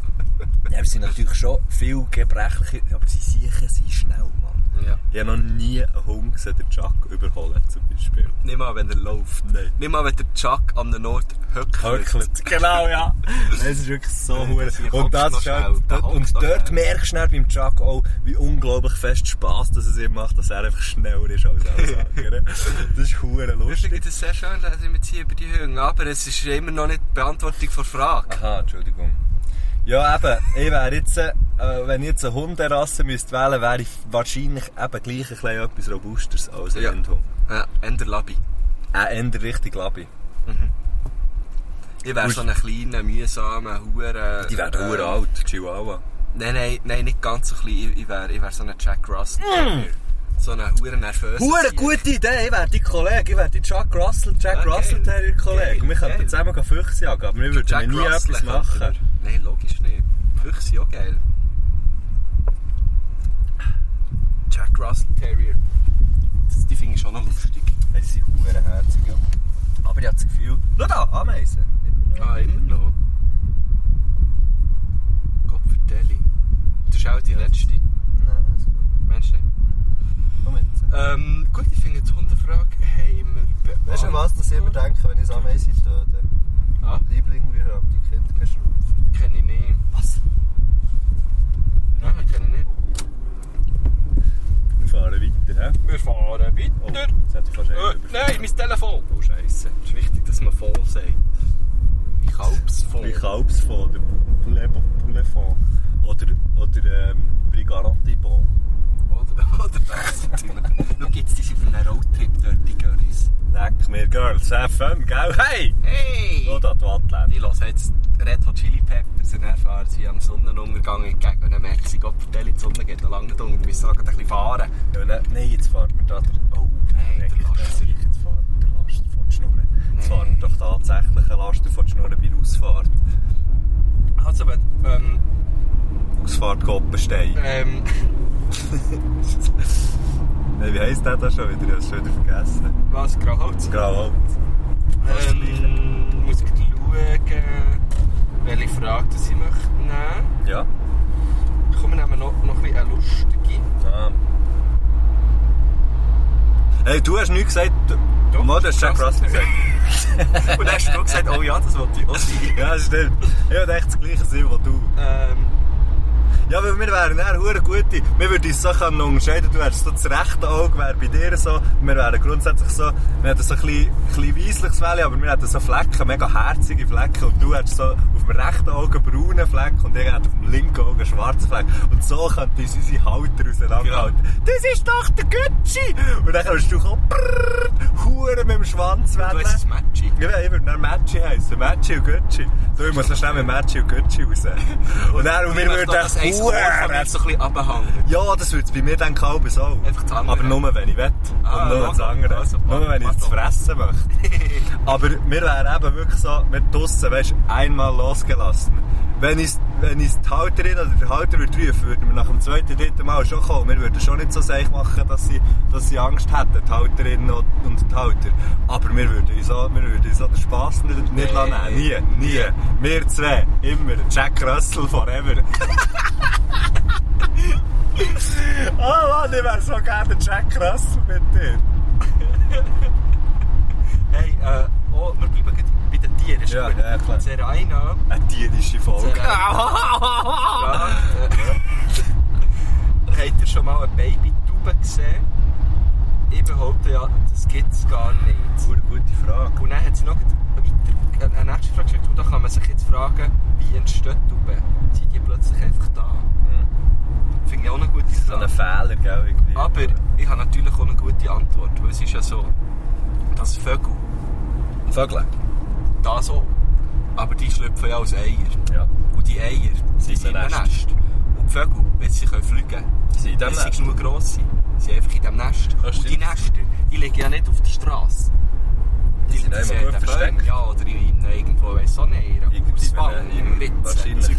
Ja, aber sie sind natürlich schon viel gebrechlicher, aber sie siechen sie schnell, Mann. ja. Ich habe noch nie einen Hund gesehen, den Chuck überholen, zum Beispiel. Nicht mal, wenn er läuft. Nein. Nicht mal, wenn der Chuck an einem Ort höckelt. (laughs) Höckelt. Genau, ja. Das ist wirklich so Nein, das hure. ist- Und das hockst ist noch halt, schnell, da und hockst noch dort schnell. merkst du dann beim Chuck auch, wie unglaublich fest Spass dass es ihm macht, dass er einfach schneller ist als alles (laughs) andere. Das ist hure lustig. Übrigens ist es sehr schön, dass wir jetzt hier über die Hünger, aber es ist immer noch nicht die Beantwortung der Frage. Aha, Entschuldigung. Ja, eben, ich wäre jetzt, äh, wenn ich jetzt eine Hunderasse müsste wählen, wäre ich wahrscheinlich eben gleich ein bisschen etwas Robusteres als ein Ja. Windhund. Ja, Ender Labi. Auch eher richtig Labi. Ich wäre so ein kleiner, mühsamer, hure. Die werden äh, hure alt, Chihuahua. Nein, nein, nein, nicht ganz so klein. Ich, ich wäre ich wär so ein Jack Mm. Russell. So ein hure nervöser. Hure Tier. gute Idee, ich werde dein Kollege, ich werde dein Chuck Russell, Jack Ah, Russell, geil. der ihr Kollege. Geil, wir könnten geil. zusammen gehen Füchse jagen, aber wir Jack würden nie Russell etwas könnte machen. er. Nein, logisch nicht. Füchse sind auch geil. Jack Russell Terrier. Das, die finde ich schon noch lustig. Ja, die sind hure herzig, ja. Aber ich habe das Gefühl... Schau da, Ameisen. Ah, immer noch. Gott vertelle. Das ist auch die letzte. Nein, also, Meinst du nicht? komm jetzt. Ähm, gut, ich finde die Hundefrage haben wir beantwortet. Weißt du, an was das immer denken, wenn ich ein Ameisen töte? Ah, Liebling, wir haben die Kinder geschrumpft. kenne ich nicht. Was? Nein, kenne ich nicht. Wir fahren weiter, hä? Wir fahren Oh, weiter. das hätte ich fast Äh, übersprungen. nein, mein Telefon! Oh, scheisse. Es ist wichtig, dass man voll sagt. Ich hab's voll. Wie Kalbsfonds, der Poulet- Poulet-Fonds. Oder, oder ähm, Brigaranti-Fonds. Oder, (laughs) oder das. Schau, jetzt ist über einen Roadtrip dort, die Görris. Leck mir Girls FM, gell? Hey! Hey! Nur da die Wattländer. Ich höre jetzt Red Hot Chili Peppers und dann fahren sie am Sonnenuntergang entgegen. Und dann merken sie, Gott, vertelle, die Sonne geht noch lange nicht unter. Wir müssen gerade ein bisschen fahren. Ja, ne- Nein, jetzt fahren wir da. der- Oh, Nein, der Laster. Laster. Jetzt fahren wir den Laster vor die Schnur. Jetzt fahren wir doch tatsächlich einen Laster vor die Schnur bei der Ausfahrt. Also, wenn, ähm, Ausfahrt Koppenstein. ähm, Nein, wie heisst der da schon wieder? Ich habe es schon wieder vergessen. was, Grauholz? Grauholz. Ähm, muss ich schauen, welche Frage das ich möchte nehmen. Ja. Komm, wir nehmen noch, noch ein bisschen eine lustige. Ah. Hey, du hast nichts gesagt. Doch, Mal, du hast Jack krass. Russell gesagt. Und dann hast du gesagt, (laughs) oh ja, das wollte ich auch sein. Ja, stimmt. Ich habe echt das gleiche Sinn wie du. Ähm, Ja, weil wir wären eher hure gute. Wir würden uns so können unterscheiden. Du wärst so das rechte Auge wäre bei dir so. Wir wären grundsätzlich so, wir hätten so ein bisschen, ein bisschen weissliches Fell, aber wir hätten so Flecken, mega herzige Flecken. Und du hättest so auf dem rechten Auge braune Flecken und ich hätte auf dem linken Auge schwarze Flecken. Und so könnten uns unsere Halter auseinanderhalten. Das ist doch der Gucci! Und dann kannst du kommen, brrrr, hure mit dem Schwanz Du heisst es wedeln. Matching. Ja, ich würde dann Matchi heissen. Matchi und Gucci. So, ich muss noch schnell mit Matchi und Gucci raus. Und dann, und wir Ich möchte würden auch, dass eins Ohr von mir echt so ein bisschen abhängen. ja, das würde es bei mir dann kalben so. Einfach das andere. Aber nur, wenn ich will. Ah, Und nur also, das andere. also, nur, wenn ich es pardon. fressen möchte. (laughs) Aber wir wären eben wirklich so, wir draussen, weißt du, einmal losgelassen. Wenn ich wenn ich's die Halterin oder der Halter würde rufen, würden wir nach dem zweiten, dritten Mal schon kommen. Wir würden schon nicht so seich machen, dass sie, dass sie Angst hätten, die Halterin und und die Halter. Aber wir würden uns auch, wir würden uns auch den Spass nicht, nicht lassen. Nie, nie. Wir zwei, immer. Jack Russell forever. Oh Mann, ich wäre so gerne der Jack Russell mit dir. Hey, äh, oh, wir bleiben gleich bei den Tieren. Ist Ja, gut. ja, klar. Zeraina Eine tierische Folge. fragt, äh, habt ihr schon mal eine Babytube gesehen? Ich behaupte ja, das gibt es gar nicht. Eine gute Frage. Und dann hat sie noch weiter äh, eine nächste Frage gestellt. Und da kann man sich jetzt fragen, wie entsteht Tube? Sind die plötzlich einfach da? Finde ich auch eine gute Hm. So ein Frage. Fehler, gell? Irgendwie. Aber ich habe natürlich auch eine gute Antwort, weil es ist ja so, dass Vögel Vögel. da so. Aber die schlüpfen ja aus Eier. Ja. Und die Eier sind in in einem einem Nest. Und die Vögel, wenn sie können fliegen können, Sie sind in diesem sie Nest. genug gross sind, sind einfach in diesem Nest. Das Und die Nester, die liegen ja nicht auf der Straße. Die sind einmal in den gut Bäumen, versteckt. Ja, oder in, in irgendwo, weiss auch nicht, in einer Auswand, in einem Witz, Zeugs. Wahrscheinlich. In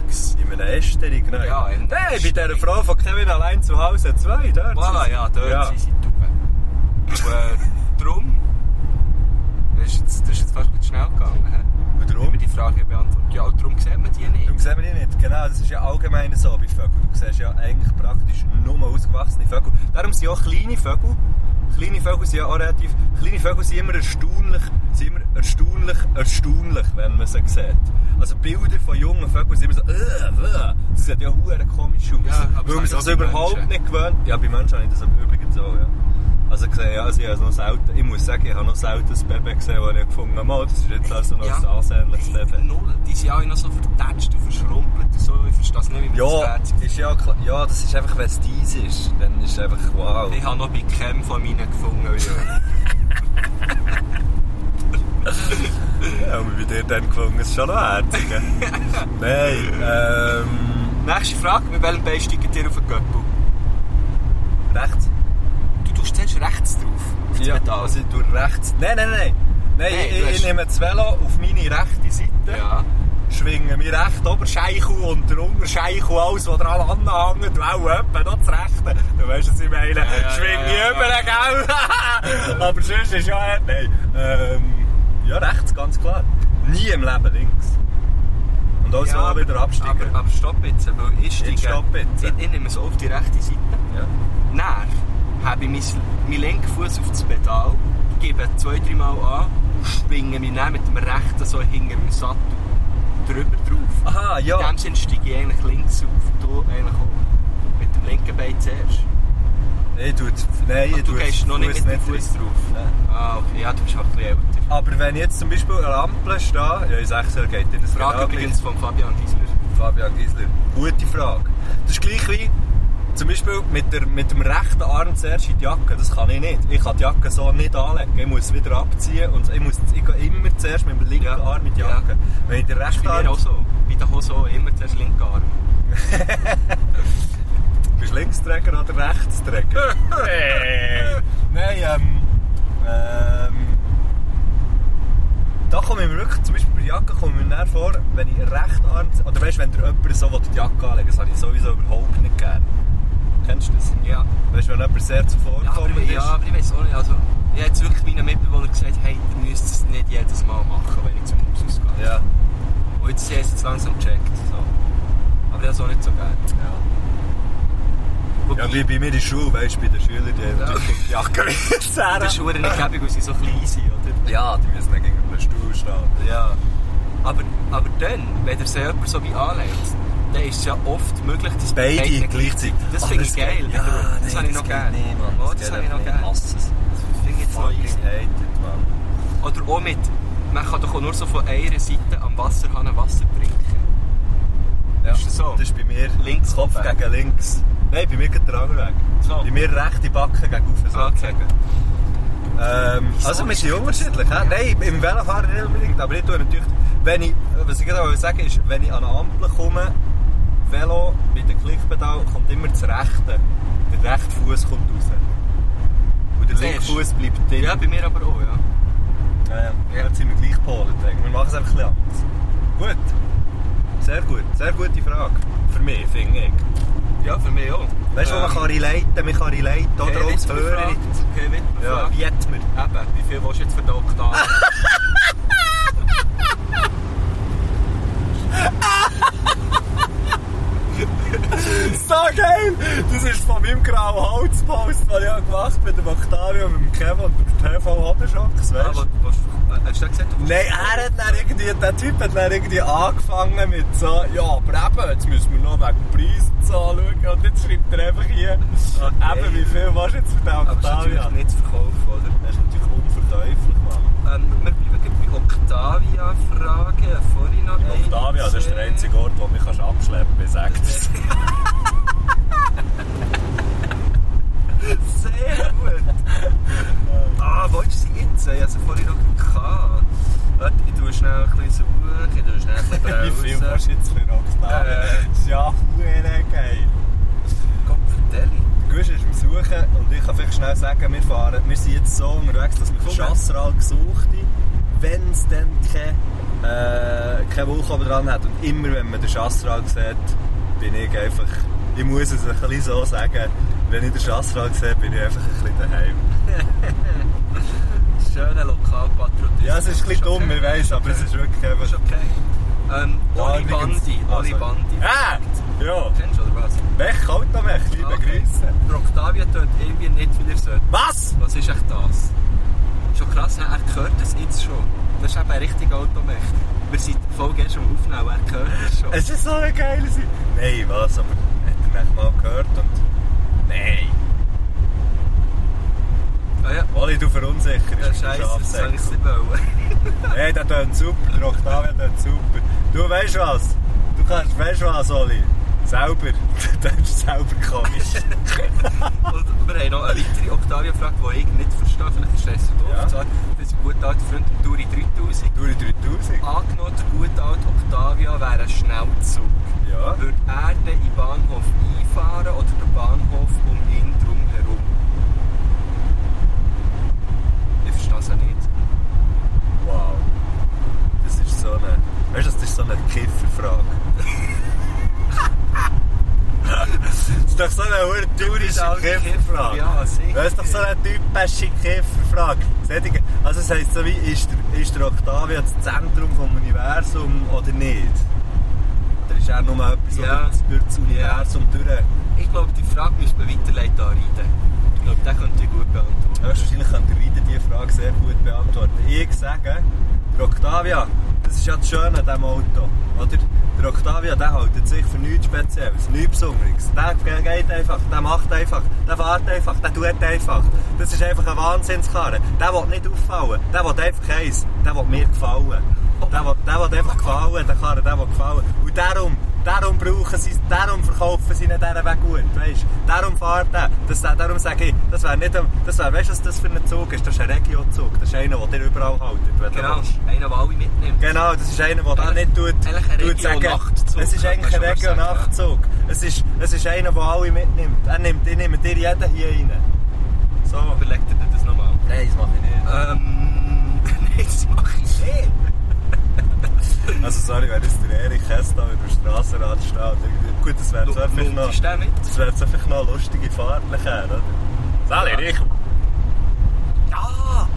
einem Esterung, ne? Ja, in einem Hey, bei Esterung. dieser Frau von Kevin allein zu Hause zwei, dort. Voilà, ja, dort Ja. sind sie Tauben. Und äh, darum, das ist, jetzt, das ist jetzt fast gut schnell gegangen. hä? Und Wie wir darum? die Frage beantwortet. Ja, und darum sieht man die nicht. Darum sehen wir die nicht. Genau, das ist ja allgemein so bei Vögeln. Du siehst ja eigentlich praktisch nur ausgewachsene Vögel. Darum sind auch kleine Vögel. Kleine Vögel sind ja auch relativ. Kleine Vögel sind immer erstaunlich, sind immer erstaunlich, erstaunlich, wenn man sie sieht. Also Bilder von jungen Vögeln sind immer so, äh, äh, das sieht ja hure komisch aus. Ja, aber weil man das haben sich das ja auch die überhaupt Menschen. nicht gewöhnt. Ja, bei Menschen habe ich das aber übrigens auch, ja. Also, gesehen, ja, also ich, habe es noch selten, ich muss sagen, ich habe noch selten ein Baby gesehen, das ich gefunden habe, «Mal, das ist jetzt also noch Ja. ein ansehnliches Baby. Null. Die sind alle noch so vertätscht und verschrumpelt und so. Ich verstehe es nicht, wie man Ja, das Herz... ist ja, klar. ja, das ist einfach, wenn es dies ist, dann ist es einfach wow. Ich habe noch bei keinem von meinen gefunden. (laughs) Also, Ja. Ja, und bei dir dann gefunden, ist schon noch herzig. Nein, ähm, Nächste Frage. Mit welchem Bein steigt ihr auf den Göppel? rechts. Du tust zuerst rechts drauf. auf das Pedal. also du rechts. Nein, nein, nein. Nein, Nein, ich, du ich hast- nehme das Velo auf meine rechte Seite, dus- Ja. schwinge mir recht Oberscheichel und der Unterscheichel, alles, was dran anhängt, und auch etwa noch das Rechte. Du weißt, was ich meine. ja, schwinge ja, ich ja, über, gell? (laughs) Aber sonst ist ja... Nein, ähm, ja, rechts, ganz klar. Nie im Leben links. Und auch so wieder absteigen. Aber, aber stopp jetzt, weil ich steige... Jetzt stopp jetzt. Ich, ich nehme es auf die rechte Seite. ja. Dann habe ich meinen mein linken Fuß auf das Pedal, gebe zwei, dreimal an und schwinge mich dann mit dem rechten so hinter dem Sattel drüber drauf. Aha, In ja. dem Sinne steige ich eigentlich links auf, du eigentlich auch. Mit dem linken Bein zuerst. Ich tue, nein, Ah, ich du tue gehst den noch nicht Fuß mit dem Fuß rein. drauf. Nein. Ah, okay, ja, du bist halt ein bisschen älter. Aber wenn ich jetzt zum Beispiel an der Ampel stehe, ja, ich sage, es geht dir das Frage genau gleich. übrigens von Fabian Giesler. Fabian Giesler. Gute Frage. Das ist gleich wie zum Beispiel mit, der, mit dem rechten Arm zuerst in die Jacke. Das kann ich nicht. Ich kann die Jacke so nicht anlegen. Ich muss wieder abziehen und ich, muss, ich gehe immer zuerst mit dem linken Ja. Arm in die Ja. Jacke. Wenn ich den Das ist rechten bei Arm... mir auch so. Bei der Hose auch immer zuerst linken Arm. Bist du Linksträger oder (laughs) Rechtsträger? hey. Nein, ähm, ähm... Da komme ich mir wirklich, zum Beispiel bei der Jacke komme ich mir dann vor, wenn ich recht arm... Oder weißt du, wenn dir jemand so will, die Jacke anlegen will, das habe ich sowieso überhaupt nicht gern. Kennst du das? Ja. Weißt du, wenn jemand sehr Ja, aber, zuvorkommend ist? ja, aber ich weiß auch nicht. Also, ich habe jetzt wirklich meinen Mitbewohner gesagt, hey, ihr müsst es nicht jedes Mal machen, wenn ich zum Haus ausgehe. Ja. Und jetzt haben sie es langsam gecheckt. So. Aber das ist auch nicht so geil. Ja. Wobei, ja, wie bei mir in der Schule, weißt du, bei den Schülern, die haben Ja. natürlich (laughs) die Jacke wieder das ist verdammt nicht gäbig, weil sie so klein sind, oder? Ja, die müssen dann gegen den Stuhl stehen. Ja. Aber, aber dann, wenn er so jemand so wie anlegt, dann ist es ja oft möglich, dass Beide nicht gleichzeitig. Das Ah, finde ich das geht- geil. Ja, wiederum. das nee, habe ich das noch geht gerne. nicht, Mann. Oh, das Das geht habe ich noch nicht. gerne. Hasse Das finde ich jetzt noch easy. Fucking hated, Mann. Oder auch mit, man kann doch auch nur so von einer Seite am Wasserhahn Wasser trinken. Ja, Ist das so? Das ist bei mir Links Kopf weg. gegen links. Nein, bei mir geht der andere Weg. So. Bei mir rechte Backe gegen auf, sozusagen. Ähm, Wieso also wir ist sind das- unterschiedlich. hä? Nein, im Velofahren nicht unbedingt, aber ich tue natürlich, wenn ich, was ich gerade wollte sagen ist, wenn ich an eine Ampel komme, Velo mit dem Klickpedal kommt immer das Rechte. Der rechte Fuß kommt raus. Und der linke Siehst du? Fuß bleibt drin. Ja, bei mir aber auch, ja. Ja, ja. ja. Jetzt sind wir gleich gepolt. denke ich. Wir machen es einfach ein bisschen anders. Gut. Sehr gut. Sehr gute Frage. Für mich, finde ich. Ja, für mich auch. Ähm, Weißt du, wo man kann relaten, man kann relaten, oder auch zu hören. Okay, wird Ja, wie hat man? Eben, wie viel willst du jetzt für den (laughs) Oktav? So geil! Das ist von meinem grauen Holzpost, den ich gemacht habe mit dem Octavio, mit dem Kevin und dem TV Hodenschocks, Ah, weißt was, du? was, äh, hast du das gesagt? Nein, er hat dann irgendwie, der Typ hat dann irgendwie angefangen mit so, ja, aber eben, jetzt müssen wir noch wegen Preis anschauen und jetzt schreibt er einfach hier, Okay. eben, wie viel warst du jetzt für den Aber das ist Octavio? natürlich nicht zu verkaufen, oder? Das ist natürlich unverkäuflich, Mann. Ähm, wir bleiben gleich bei Octavia-Fragen. Vorhin noch eine. Octavio, das ist der gesehen. einzige Ort, wo du mich kannst abschleppen kannst, sagt er. Sehr (laughs) gut. ah, wo ist sie jetzt? Ich hatte sie vorhin noch gehabt. Warte, ich tue schnell ein bisschen suchen, ich tue schnell ein (laughs) bisschen Wie viel browsen. kannst du jetzt für Octavio? Äh. Das ist ja verdammt geil. Gott, verdammt. Gusch ist am Suchen und ich kann vielleicht schnell sagen, wir, fahren, wir sind jetzt so unterwegs, dass wir für Moment. Schassral gesucht haben, wenn es dann keine, äh, keine Wolke oben dran hat. Und immer wenn man den Schassral sieht, bin ich einfach, ich muss es ein bisschen so sagen, wenn ich den Schassral sehe, bin ich einfach ein bisschen daheim. Schöner Lokalpatriotismus. Ja, es ist ein bisschen dumm, ich weiss, aber es ist wirklich Ist einfach... okay. Ähm, Oli Bandi, Oli Bandi. Ah! Ja! Kennst du oder was? Mech, kalt am Mech, liebe Okay. Grüße. Der Octavia tönt irgendwie nicht, wie er sollte. Was? Was ist echt das? Schon krass, ne? er hört es jetzt schon. Das ist eben ein richtiger Automech. Wir sind voll gestern schon am Aufnehmen, er hört es schon. Es ist so eine geile Seite. Nein, was? Aber hat er mich mal gehört und. Nein! Ah ja, Oli, du verunsicherst. ja mich, scheiße, das soll Schafsäckel. ich nicht wollen. Nein, der tönt super. Der Octavia tönt super. Du weißt was? Du kannst, weißt was, Oli? Selber. (laughs) Du tönst selber (laughs) komisch. Und wir haben noch eine weitere Octavia gefragt, die ich nicht verstehe. Vielleicht verstehst du Ja. doch. Zwar, Das ist ein guter alter Freund, Duri 3000. du, die 3000? Angenommen, der gute alte Octavia wäre ein Schnellzug. Ja. Würde er dann in den Bahnhof einfahren oder der Bahnhof um ihn drumherum? Ich verstehe es auch nicht. Wow. Das ist so eine. Weißt du, das ist so eine Kifferfrage. das ist doch so eine hohe touristische alte Kifferfrage. Ja, sicher. Das ist doch so eine typische Kifferfrage. Solche- Also es heisst so wie, ist der, ist der Octavia das Zentrum vom Universum oder nicht? Oder ist er nur etwas, Ja. das durch das Universum durch... Ich glaube, die Frage müsste man weiterleiten an Reiden. Ich glaube, der könnte ich gut beantworten. Höchstwahrscheinlich könnte Reiter diese Frage sehr gut beantworten. Ich sage, der Octavia, das ist ja das Schöne an diesem Auto. Oder? Der Octavia der hält sich für nichts Spezielles, nichts Besonderes. Der geht einfach, der macht einfach, der fährt einfach, der tut einfach. Das ist einfach ein Wahnsinnskarre. Der will nicht auffallen, der will einfach eins, der will mir gefallen. Der will, der will einfach gefallen, der Karre, der will gefallen. Und darum, darum brauchen sie, darum verkaufen sie nicht diesen Weg gut, weißt? Darum fährt er. Das, darum sage ich, das wäre nicht, ein- das wäre, weißt du, was das für ein Zug ist? Das ist ein Regio-Zug. Das ist einer, der dir überall haltet. wenn du Genau, willst. einer, der alle mitnimmt. Genau, das ist einer, der da Eigentlich- nicht tut, eigentlich ein tut sagen, Regio-Nachtzug, es ist könnte eigentlich man ein schon fast sagen, Regio-Nachtzug. Es ist, es ist einer, der alle mitnimmt. Er nimmt, ich nehme dir jeden hier rein. So. Überleg dir das nochmal. Nein, das mache ich nicht. Ähm, (laughs) nein, das mache ich nicht. Also sorry, wenn jetzt der Erich Hess da über dem Strassenrad steht. irgendwie- Gut, das wäre Du jetzt einfach noch... nimmst den mit. Das wäre jetzt einfach noch eine lustige Fahrt nachher, oder? Sally, Erich! Ja!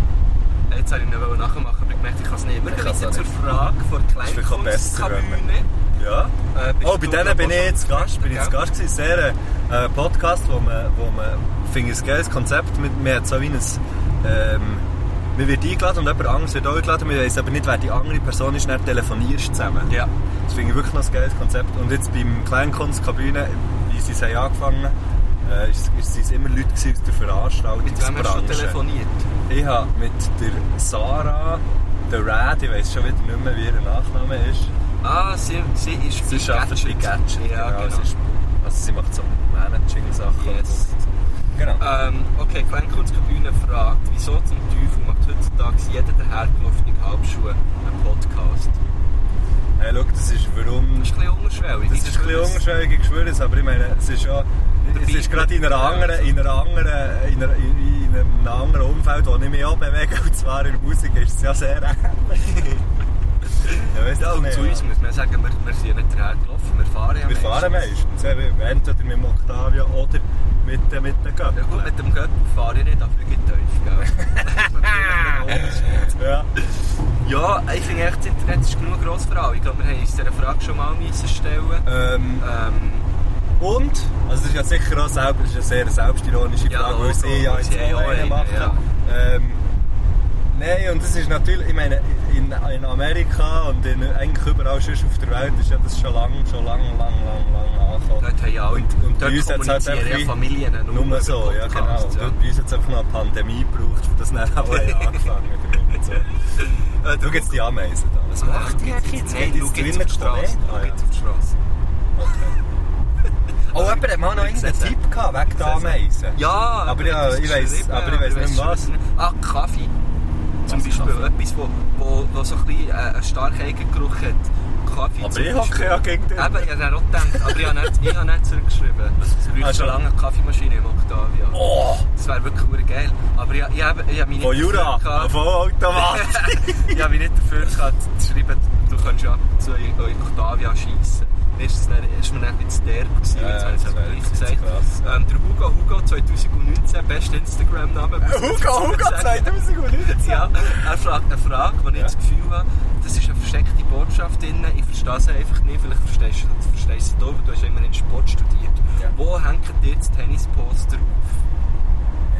Jetzt wollte ich ihn nachmachen, aber ich merkte, ich kann es nicht. Wir Ich kommen kann's jetzt auch zur nicht. Frage von der Ist vielleicht auch besser, wenn wir- Kleinkunstkabine. Ja? Äh, bist oh, bei du denen noch bin ich was jetzt Gast. Bin ich jetzt Gell? Gast gewesen. Sehr äh, Podcast, wo man, wo man finde ich ein geiles Konzept mit mir so wie ein, ähm, Man wird eingeladen und jemand anderes wird auch eingeladen. Wir wissen aber nicht, wer die andere Person ist, dann telefonierst du zusammen. Ja. Das finde ich wirklich noch ein geiles Konzept. Und jetzt beim Kleinkunstkabine, wie sie es haben angefangen haben, äh, ist- ist- sind es immer Leute gewesen aus der Mit wem hast du Veranstaltungsbranche. telefoniert? Ich habe mit der Sarah, der Rad, ich weiß schon wieder nicht mehr, wie ihr Nachname ist. Ah, sie, sie ist Sie arbeitet bei Gadget. Ja, genau. Sie, ist, also sie macht so Managing-Sachen. Yes. Genau. Ähm, okay, Kleinkunstkabine fragt, wieso zum Teufel macht heutzutage jeder der hergelaufene Halbschuhe einen Podcast? Hey, schau, das ist warum... Das ist ein bisschen unterschwellig. Das ist ein bisschen ungeschwärig, ich schwöre es, aber ich meine, es ist ja... Es ist gerade in, einer anderen, in, einer anderen, in, einer, in in einem anderen Umfeld, wo ich mich auch bewege, (laughs) und zwar in der Musik, ist es ja sehr ähnlich. (laughs) ja, weißt Ja, du, und nicht, zu uns muss man sagen, wir, wir sind nicht hergelaufen, wir fahren ja Wir fahren meistens, eben, entweder mit dem Octavia oder mit, dem- mit den Göppen. Ja gut, mit dem Göppel fahre ich nicht, aber ich gehe tief, (laughs) gell? Ja. ja, ich finde echt, das Internet ist genug gross für alle. Ich glaube, wir haben uns dieser Frage schon mal müssen stellen Ähm, ähm, Und, also das ist ja sicher auch selbst, das ist eine sehr selbstironische Ja, Frage, weil logo, sie ja weil jetzt sie ja auch eine, einen machen. ja. Ähm, Nein, und das ist natürlich, ich meine, in, in Amerika und in, eigentlich überall sonst auf der Welt ist ja das schon lang, schon lang, lang, lang, lang angekommen. dort haben ja alle, Und- und bei uns dort hat's halt kommunizieren ja einfach Familien Nur über so, ja genau. Podcasts, Und ja. dort bei uns hat es einfach noch eine Pandemie gebraucht, für das (laughs) dann alle angefangen damit. So. Äh, Schau jetzt die Ameisen da, was macht die Nein, jetzt? Nein, Geht schau drinnen jetzt auf die Straße. kommen? Ah, Schau ja. jetzt auf die Straße. Oh, jemand hat mal noch irgendeinen Sehe. Tipp gehabt, wegen der Ameisen. Ja, Aber ja, etwas ich weiss- geschrieben, aber ich weiss nicht schon, was. es nicht- Ah, Kaffee. Zum Was ist Beispiel Kaffee? etwas, wo, wo, wo so ein bisschen äh, einen starken Eigengeruch hat. Kaffee Aber zum ich hocke Beispiel. ja gegen den. Eben, ich habe auch gedacht, aber ich habe nicht, ich habe nicht (laughs) zurückgeschrieben. Es Ah, braucht schon. schon lange eine Kaffeemaschine im Octavia. Oh! Das wäre wirklich verdammt geil. Aber ich, ich, habe, ich habe mich nicht Von Jura, dafür gehabt- von Automat. (laughs) ich habe mich nicht dafür gehabt, zu schreiben, du kannst ja zu in in Octavia schiessen. Mir ist, das dann, ist mir dann ein bisschen derb gewesen, Ja, jetzt habe ich es das aber wär gleich jetzt gesagt. krass. Ähm, der Hugo Hugo 2019, bester Instagram-Name. muss ich Hugo, dazu Hugo sagen. 2019. (laughs) Ja, er fragt eine Frage, die ich das Gefühl habe, das ist eine versteckte Botschaft drin. Ich verstehe sie einfach nicht. Vielleicht verstehst du, verstehst du sie doch, weil du hast immerhin Sport studiert. Ja. Wo hängt dir das Tennisposter auf?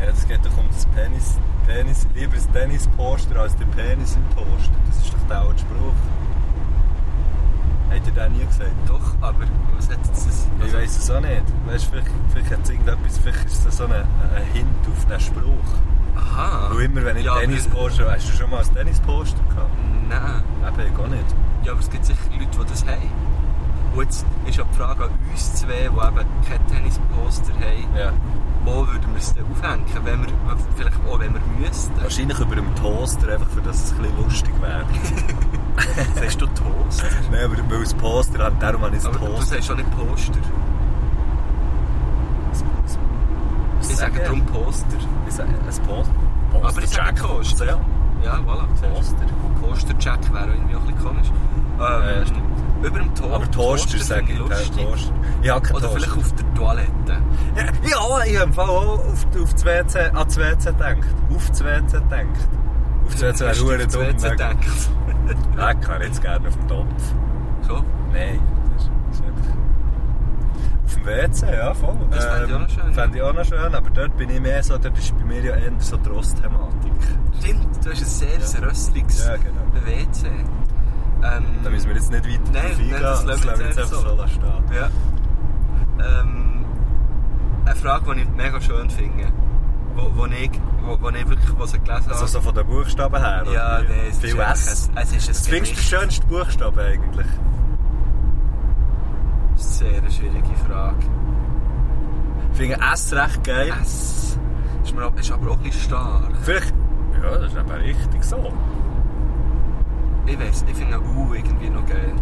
Ja, das geht doch um das Penis. Penis lieber das Tennisposter als der Penis im Poster. Das ist doch der alte Spruch. Hat ihr den nie gesagt? Doch, aber was hat jetzt das... Ich weiß es auch nicht. Weißt, vielleicht, vielleicht hat es irgendetwas, vielleicht ist das so ein, ein Hint auf den Spruch. Aha. Weil immer wenn ich Ja, aber- Tennisposter, hast du schon mal ein Tennisposter gehabt? Nein. Eben, ich auch nicht. Ja, aber es gibt sicher Leute, die das haben. Und jetzt ist ja die Frage an uns zwei, die eben kein Tennisposter haben, Ja. wo würden wir es denn aufhängen, wenn wir, vielleicht auch wenn wir müssten. Wahrscheinlich über dem Toaster, einfach für dass es ein bisschen lustig (laughs) wäre. Sagst du Toast? Nein, aber weil es Poster hat, darum habe ich ein Aber du Poster. sagst schon nicht Poster. Ich sage darum Poster. Ich sage, ein Poster. Poster Aber ich sage Jack. Poster. Ja. Ja, voilà. siehst Poster. du. Poster-Check wäre auch irgendwie ein bisschen komisch. Ähm, Ja, stimmt. über dem Toast. Aber Toaster sage ich. lustig. Toaster. Ich habe keinen Oder Toaster. vielleicht auf der Toilette. Ja, ja, ich habe im Fall auch auf, auf das WC, an das WC gedacht. Auf das WC gedacht. Auf das WC wäre Hast du auf verdammt das dumm. WC wegen- gedacht? Nein, ich kann jetzt gerne auf dem Topf. Schon? Nein, das ist- das ist einfach... Auf dem WC, ja, voll. Ähm, Das fände ich auch noch schön. Fände ich auch noch schön, aber dort bin ich mehr so, dort ist bei mir ja eher so die Rost-Thematik. Stimmt, du hast ein sehr ja. röstliches Ja, genau. WC. Ähm, Da müssen wir jetzt nicht weiter Nein, drauf nein, das lassen wir wir jetzt jetzt einfach so. so stehen. ja. ähm, eine Frage, die ich mega schön finde, wo, wo ich, wo, wo ich wirklich wo sie gelesen habe. Also so von den Buchstaben her? oder ja, wie? nein, es Viel ist einfach S. ein- es ist ein Was findest du den Gericht. schönsten Buchstaben eigentlich? Sehr eine schwierige Frage. Ich finde S recht geil. Es ist, mir, auch- ist aber auch ein bisschen stark. Vielleicht... Ja, das ist aber richtig so. Ich weiß, ich finde U irgendwie noch geil.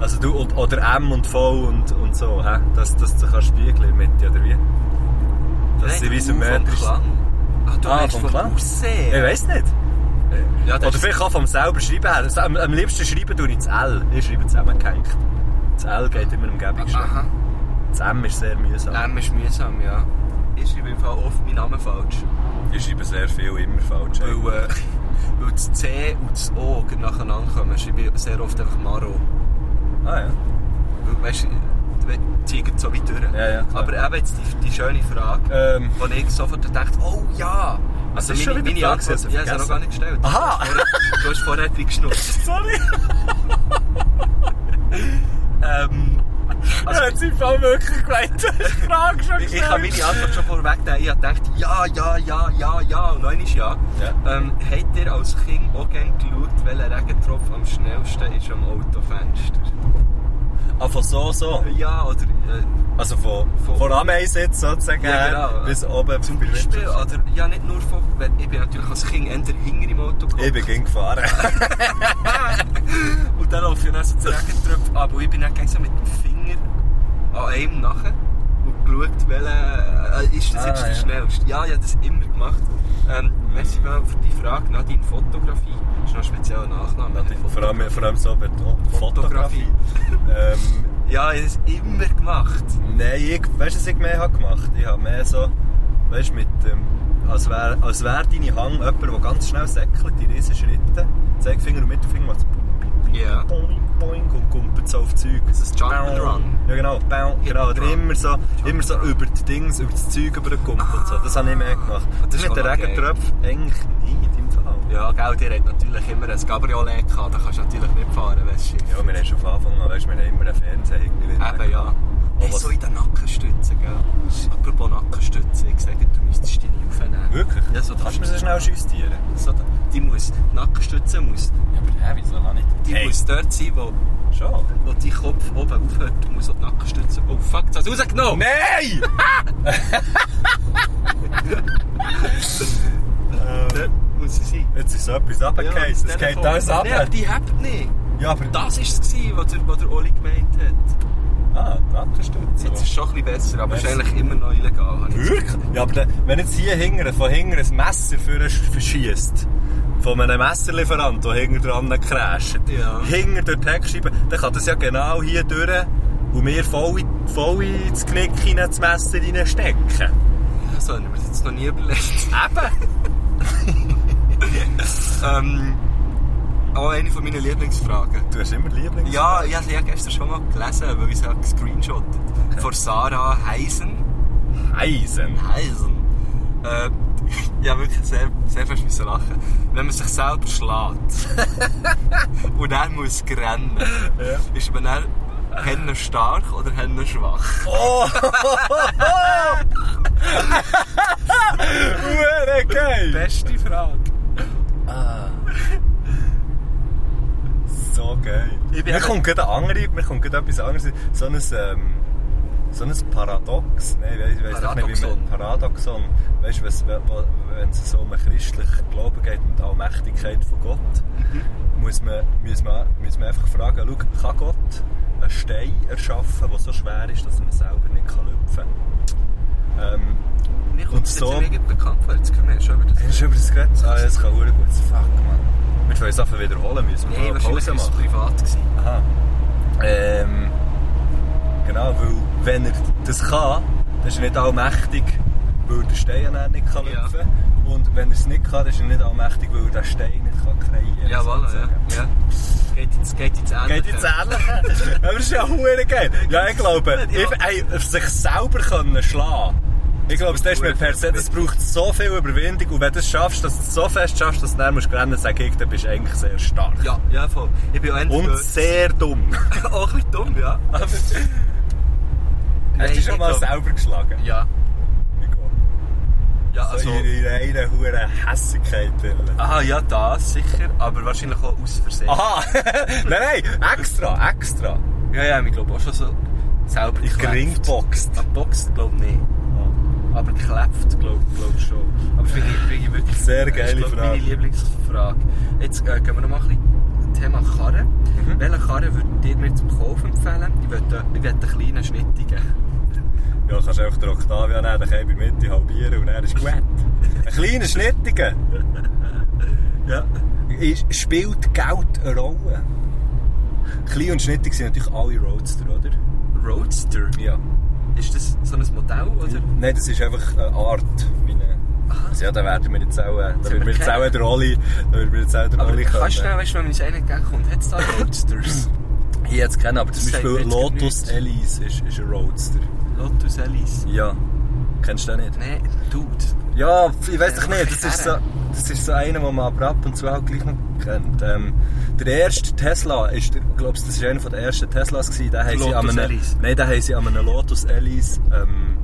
Also du, und, oder M und V und, und so, hä? Dass, dass du kannst spiegeln in der Mitte, oder wie? Dass sie Nein, wie so U vom metrisch- Klang. Ah, du Ah, meinst vom vom Klang. Aussehen? Ich weiss nicht. Ja, das Oder ist- vielleicht auch vom selber Schreiben her. Also, am, am liebsten schreiben tue ich das L. Ich schreibe zusammengehängt. Das L geht immer am gäbigsten. Aha. Das M ist sehr mühsam. Ähm, ist mühsam, ja. Ich schreibe im Fall oft meinen Namen falsch. Ich schreibe sehr viel immer falsch. Weil, äh, (laughs) weil das C und das O gleich nacheinander kommen, schreibe ich sehr oft einfach Maro. Ah ja. Weil, weißt du, we- zieh ich so weit durch. Ja, ja, klar. Aber eben jetzt die, die schöne Frage, Ähm, wo ich sofort dachte, oh ja, Also ist schon meine, wieder die meine Frage, Antwort, sie ja, hat sie ich habe noch vergessen. gar nicht gestellt. Aha! Du hast vorher drin geschnupft. Sorry! Ähm, Also, hat sie im Fall wirklich gemeint, du hast die Frage schon ich habe meine Antwort schon vorweggenommen. Ich habe gedacht, ja, ja, ja, ja, ja und neun ist ja. Ja. Ähm, habt ihr als Kind auch gerne geschaut, welcher Regentropfen am schnellsten ist am Autofenster? Ah, von so, so. Ja, oder... Äh, Also von, Von- von, von Ameisen jetzt sozusagen Ja, genau. bis oben zum Beispiel, oder, ja, nicht nur von... weil Ich bin natürlich als Kind eher hinter im Auto gekommen. Ich bin gegen gefahren. Und dann laufe ich dann so zu Regentröpfen ab. Und ich bin dann gleich so mit dem Finger an einem nachher und geschaut, welcher äh, ist das Ah, jetzt der ja. Mhm. schnellste. Ja, ich habe das immer gemacht. Ähm, Merci mal für die Frage. Nadine Fotografie. Das ist noch ein spezieller Nachname. (laughs) vor, allem, vor allem so Beton. Fotografie. ähm, Ja, ich habe das immer gemacht. Nein, ich, weißt du, was ich mehr habe gemacht Ich habe mehr so, weißt du, mit dem, als wäre als wär deine Hang jemand, der ganz schnell säckelt, die riesen Schritte, Zeigefinger und Mittelfinger macht so Ja. boing, boing und kumpelt so auf Zeug. Das ist Jump and Run. Ja genau, bau, Hit genau. and Oder Run. immer so, and immer so Run. über die Dings, über das Zeug übergekumpelt. So. Das habe ich mehr gemacht. Ah, das Das, ist mit den auch noch Regentröpfen eigentlich nie in deinem Fall. Ja, gell, der hat natürlich immer ein Cabriolet gehabt. Da kannst du natürlich nicht fahren, weißt du. Ja, wir haben schon von Anfang an, weißt, du, wir haben immer einen Fernseher irgendwie. Eben, ja. Hey, Oh, was- so in den Nackenstützen, gell. Apropos Nackenstützen, ich sage, du müsstest deine aufnehmen. Wirklich? Ja, so Kannst du mir so schnell justieren? So, die muss, die Nackenstütze muss, Ja, aber hä, wieso noch nicht? die Hey, muss dort sein, wo, schon. wo dein Kopf oben aufhört, muss auch die Nackenstütze. Oh fuck, das hast du rausgenommen! Nein! Dort muss sie sein. Jetzt ist so etwas Ja, runtergefallen. Es geht Telefon. alles Nein, aber runter. die hebt nicht. Ja, aber da... Das war es, gewesen, was der, was der Oli gemeint hat. Ah, Nackenstütze. Jetzt ist es schon ein bisschen besser, aber es ist Yes. eigentlich immer noch illegal. habe ich das Wirklich? Ja, aber dann- wenn jetzt hier hinten, von hinten ein Messer für verschießt, von einem Messerlieferant, der hinten dran crasht, Ja. hinten durch die Heckscheibe, dann kann das ja genau hier durch und wir voll, in- voll ins Knick hinein das Messer reinstecken. Gefühl. Das habe ich mir jetzt noch nie (laughs) überlegt. Eben! (laughs) Ähm, auch eine von meiner Lieblingsfragen. Du hast immer Lieblings... Ja, ich habe sie ja gestern schon mal gelesen, weil ich sie habe gescreenshottet. Von Sarah Heisen. Eisen. Heisen. Äh, ja, wirklich sehr, sehr fest müssen lachen. Wenn man sich selber (laughs) schlägt und dann muss rennen, Ja. ist man dann Hennen stark oder Hennen schwach? Oh! Hure geil! Beste Frage. So geil. Ich bin Mir eben- kommt gerade eine andere, mir kommt gerade etwas anderes. in- So ein, ähm, so ein Paradox. Nein, ich weiß doch nicht, wie man. Paradoxon. Paradoxon. Weißt du, was- wa- wa- wenn es so um einen christlichen Glauben geht und die Allmächtigkeit von Gott, muss, man, muss, man, muss man einfach fragen, schau, kann Gott einen Stein erschaffen, der so schwer ist, dass man selber nicht kann lüpfen kann? Ähm, Mir kommt Und es so- jetzt irgendwie bekannt vor. Jetzt können wir ja schon über das Hast du über das geredet? Ah, das kann verdammt gut sein. Fuck, Mann. Wir wollen Sachen wiederholen müssen. Wir Nein, können wahrscheinlich war es privat. Gewesen. Aha. Ähm, genau, weil wenn er das kann, dann ist er nicht allmächtig, weil der Stein dann nicht kann Ja. lüpfen Und wenn er es nicht kann, dann ist er nicht allmächtig, weil er den Stein nicht kann kreieren Ja, voilà, ja. sozusagen. ja. Geht jetzt, geht jetzt ähnlich. Geht ins (laughs) Ähnliche. Aber das ist ja hure geil. Ja, ich glaube, Ja. ich- ey, auf sich selber können schlagen. Ich glaube, das, ist mir per se, das braucht so viel Überwindung. Und wenn du es schaffst, dass du es so fest schaffst, dass du dann musst rennen musst, sage ich, dann bist du eigentlich sehr stark. Ja, ja, voll. Ich bin auch entweder- Und sehr dumm. (laughs) auch ein bisschen dumm, ja. Aber- Hast Nein, du schon ich mal glaub- selber geschlagen? Ja. Ja, also... Also in in einer hohen Hässigkeit. Alter. Aha, ja, das sicher, aber wahrscheinlich auch aus Versehen. Aha! (laughs) nein, nein! Extra, extra! Ja, ja, ich glaube auch schon so selber Ich geringboxt. Boxt glaube ich nicht. Aber geklebt glaube glaub ich schon. Aber finde ich, finde ich wirklich Sehr das ist, geile glaub ich, Frage. meine Lieblingsfrage. Jetzt äh, gehen wir noch mal ein bisschen Thema Karren. Welchen Karren würdet ihr mir zum Kauf empfehlen? Ich möchte ich möchte einen kleinen Schnittigen. Ja, kannst einfach den Octavia nehmen, dann kann ich bei Mitte halbieren und er ist gut. Ein kleiner (laughs) Schnittiger Ja. Ist- spielt Geld eine Rolle. Klein und schnittig sind natürlich alle Roadster, oder? Roadster? Ja. Ist das so ein Modell, oder? Nein, das ist einfach eine Art. eh, Wie eine also ja, dann werden wir jetzt auch, äh, dann Sind wir werden wir jetzt auch keine- den Rolli, dann werden wir jetzt auch den Aber Rolli kannst du können. schnell, weißt du, wenn man ins eine Gag kommt, hat es da (laughs) Roadsters? Ich jetzt kennen, aber zum Das sagt Beispiel mir jetzt Lotus nichts. Elise ist, ist ein Roadster. Lotus Elise. Ja. Kennst du den nicht? Nein, Dude. Ja, ich weiß doch nicht. Das ist so, das ist so einer, den man aber ab und zu auch gleich noch kennt. Ähm, der erste Tesla, ist, der- glaubst du, das war einer der ersten Teslas. Gewesen. Den haben sie Lotus an einem, Elise. Nein, den haben sie an einem Lotus Elise, ähm,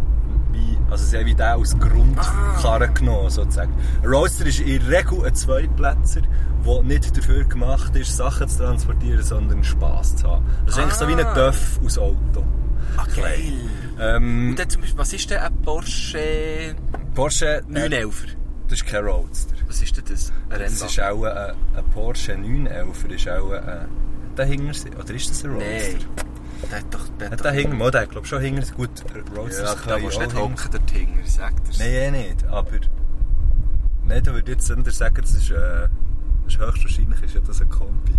wie, also sie haben wie den als Grundkarren genommen, sozusagen. Ein Roadster ist in der Regel ein Zweitplätzer, der nicht dafür gemacht ist, Sachen zu transportieren, sondern Spass zu haben. Das ist eigentlich so wie ein Ah. Döff aus Auto. Ah, geil. Ähm, Und dann zum Beispiel, was ist denn ein Porsche Porsche äh, 911? Das ist kein Roadster. Was ist denn das? Ein Das ist auch ein, ein Porsche 911, ist auch ein... Der hinter sich, oder ist das ein Roadster? Nein. Der hat doch... Der Hat der hinter mal, der hat, glaub schon hinter sich, gut, Roadsters Ja, da können musst auch du nicht hinter- hocken, der Tinger, sagt er. Nein, eh nicht, aber... Nein, da würde jetzt eher sagen, das ist, äh, das ist höchstwahrscheinlich ist ja das ein Kombi.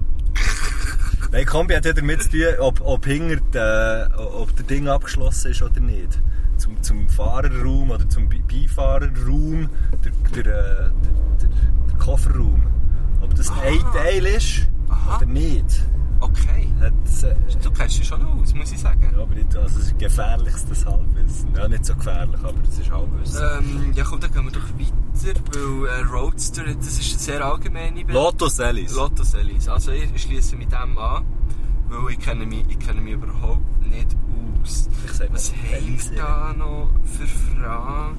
Nein, Kombi hat ja damit zu tun, ob, ob hinter der, ob der Ding abgeschlossen ist oder nicht. Zum, zum Fahrerraum oder zum Be- Beifahrerraum, der, der, äh, der, der, der Kofferraum. Ob das ein Teil ist Aha. oder nicht. Okay. Hat, äh, Du kennst dich schon aus, muss ich sagen. ja, aber nicht, also es ist gefährlichstes Halbwissen. Ja, nicht so gefährlich, aber es ist Halbwissen. Ähm, ja komm, dann gehen wir doch weiter, weil äh, Roadster, das ist eine sehr allgemeine Be Lotus Ellis. Lotus Elise. Also ich schließe mit dem an, weil ich kenne mich, ich kenne mich überhaupt nicht aus. Ich sag mal, Was haben Elise. wir da noch für Fragen?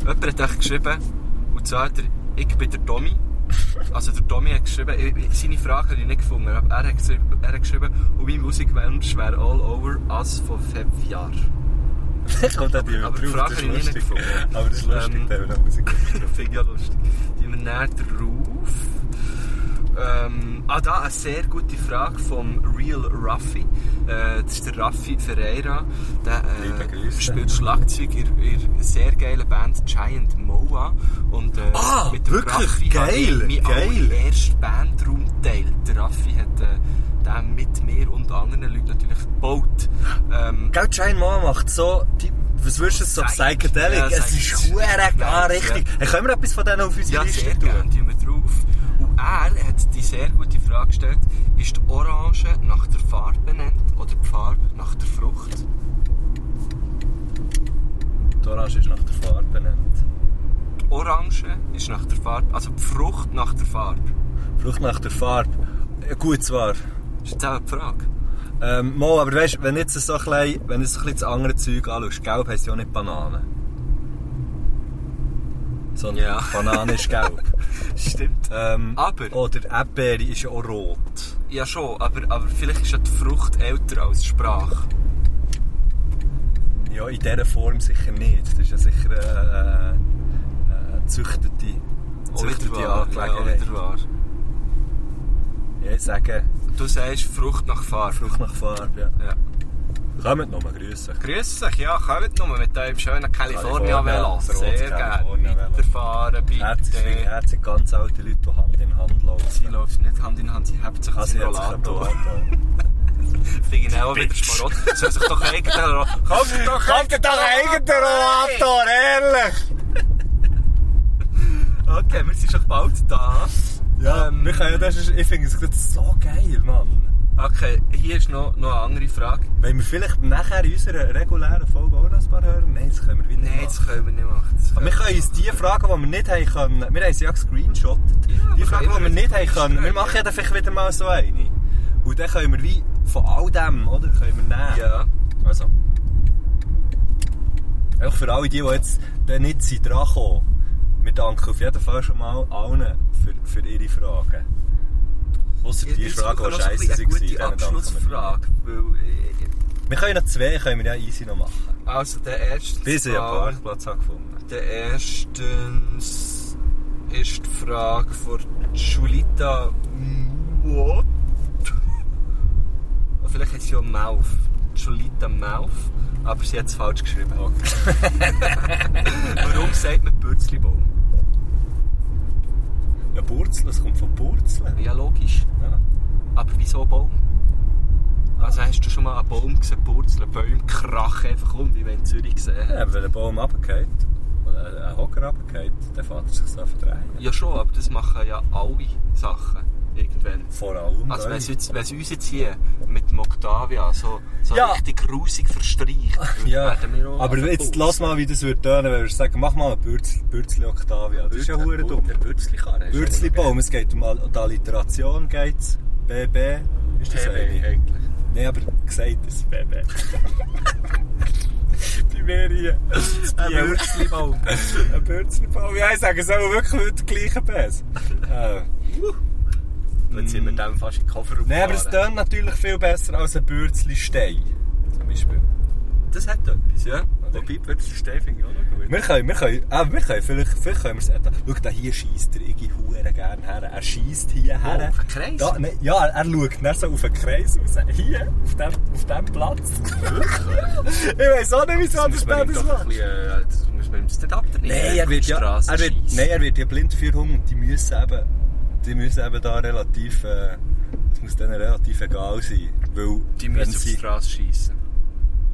Jemand hat echt geschrieben, und zwar der, ich bin der Tommy. Also der Tommy hat geschrieben, ich- ich- seine Frage habe ich nicht gefunden, aber er hat, geschri- er hat geschrieben, und mein Musikwunsch wäre All Over Us von Februar. Ich (laughs) komme da die Aber die drauf, Frage das habe ich ist nicht lustig. (laughs) gefunden. Aber das ist lustig, Ähm, da haben wir noch (laughs) Musik. Finde ich ja lustig. Die wir näher drauf. Ähm, ah, da eine sehr gute Frage vom Real Raffi. Äh, das ist der Raffi Ferreira. Der Liebe äh, Grüße. spielt Schlagzeug in der sehr geilen Band Giant Moa. Und, äh, Ah, mit dem wirklich? Raffi habe ich Geil, meinen geil. allerersten Bandraum geteilt. Der Raffi hat äh, den mit mir und anderen Leuten natürlich gebaut. Ähm, Gell, Giant Mom macht so, die, was würdest du so, Psych- Psychedelic? Ja, es Psych- ist verdammt Ja. anrichtig. Ja. Können wir etwas von denen auf unsere Ja, Liste sehr gerne, tun? tun wir drauf. Und er hat die sehr gute Frage gestellt, ist die Orange nach der Farbe benannt oder die Farbe nach der Frucht? Die Orange ist nach der Farbe benannt. Die Orange ist nach der Farbe, also die Frucht nach der Farbe. Frucht nach der Farbe. Ja, gut zwar. Ist jetzt auch eine Frage. Ähm, Mo, aber weißt du, wenn jetzt so ein bisschen, wenn du so ein bisschen das andere Zeug anschaust, gelb heisst ja auch nicht Banane. Sondern Ja. Banane (laughs) ist gelb. Stimmt. Oh. ähm, Aber- Oder Erdbeere ist ja auch rot. Ja schon, aber, aber vielleicht ist ja die Frucht älter als die Sprache. Ja, in dieser Form sicher nicht. Das ist ja sicher eine äh, äh, züchtete, Oder züchtete Oh, wahr, ja, Angelegenheit. oder wahr. Ja, ich sage Du sagst Frucht nach Farbe. Frucht nach Farbe. Ja. Ja. Kommt nochmal, grüße. Grüß euch, ja, kommt nochmal mit eurem schönen California Velo. das rote Sehr gerne. California Velo. Weiterfahren, Herzlich, bitte. herzlich ganz alte Leute, die Hand in Hand Sie laufen. läuft nicht Hand in Hand, sie hebt sich Also, also ich hätte sich Rollator. Rollator. Finde ich auch wieder Sparot. Soll sich doch einen eigenen (laughs) Rollator... Kauf dir doch Kommt ihr doch eigentlich der Rollator, ehrlich! Okay, wir sind schon bald da. Ja, Ähm, wir können ja das, ich finde es gerade so geil, Mann. Okay, hier ist noch, noch eine andere Frage. Wenn wir vielleicht nachher in unserer regulären Folge auch noch ein paar hören? Nein, das können wir wieder Nein, machen. das können wir nicht machen. Das Aber wir können können uns die Fragen, die wir nicht haben können, wir haben sie ja gescreenshottet, Ja, die wir Fragen, die können wir nicht immer haben können, wir streiten. machen ja dann vielleicht wieder mal so eine. Und dann können wir wie von all dem, oder, können wir nehmen. Ja. Also. Auch für alle die, die jetzt dann nicht sind dran kommen, wir danken auf jeden Fall schon mal allen für, für ihre Fragen. Ausser die Jetzt Fragen, kommt die noch so ein scheiße bisschen eine gute waren, denen danken wir. Abschlussfrage. Weil, äh, Wir können noch zwei, können wir ja easy noch machen. also der erste... Bis ich einen Parkplatz habe gefunden Der erstens ist die Frage von Julita What? (laughs) Vielleicht heißt sie ja Mauf. Julita Mauf, aber sie hat es falsch geschrieben. Warum sagt man Bürzlibaum? Ja, Burzeln, es kommt von Burzeln. Ja, logisch. Ja. Aber wieso Baum? Also hast du schon mal einen Baum gesehen, Purzeln, Bäume krachen einfach um, wie wir in Zürich gesehen haben? Ja, Äh, wenn ein Baum runtergeht, oder ein Hocker runtergeht, dann fährt er sich so verdrehen. Ja schon, aber das machen ja alle Sachen irgendwann. vor allem. Also wenn gell? sie, jetzt, wenn sie uns jetzt hier mit dem Octavia so, so Ja. richtig grusig (laughs) verstreicht, dann ja, werden wir auch... aber jetzt lass mal, wie das würde tönen, wenn wir sagen, mach mal einen Bürzli, Bürzli Octavia. Das ist ja hure dumm. Der Bürzli-Karre. ist schon Bürzlibaum, es geht um Al- die Alliteration, geht's. BB. Ist das nicht mehr- eine? eigentlich. Nein, aber gesagt, das ist BB. Bei mir hier. Ein Bürzlibaum. Ein Bürzlibaum. Ja, ich sage es auch wirklich mit dem gleichen Bass. Äh, Jetzt sind wir dem fast in den Koffer Nein, aber es tönt natürlich viel besser als ein Bürzli-Stein. zum Beispiel. Das hat etwas, ja. Wobei, Bürzli-Stein finde ich auch noch gut. Wir können, wir können, ah, wir können, vielleicht, vielleicht können wir es etwa. Schau, da hier schießt der Iggy Huren gerne her. Er schießt hier her. auf den Kreis? Da, nein, ja, er, er schaut dann so auf den Kreis raus. Hier, auf dem, auf dem Platz. (laughs) ich weiß auch nicht, wieso das Muss man ihm Band das doch ein macht. bisschen, äh, das muss man ihm das nicht abnehmen. Nein, er wird ja, er wird, nein, er wird ja blind für Hunger und die müssen eben, die müssen eben da relativ, äh, das muss denen relativ egal sein, weil Die wenn müssen auf die sie, Straße schiessen.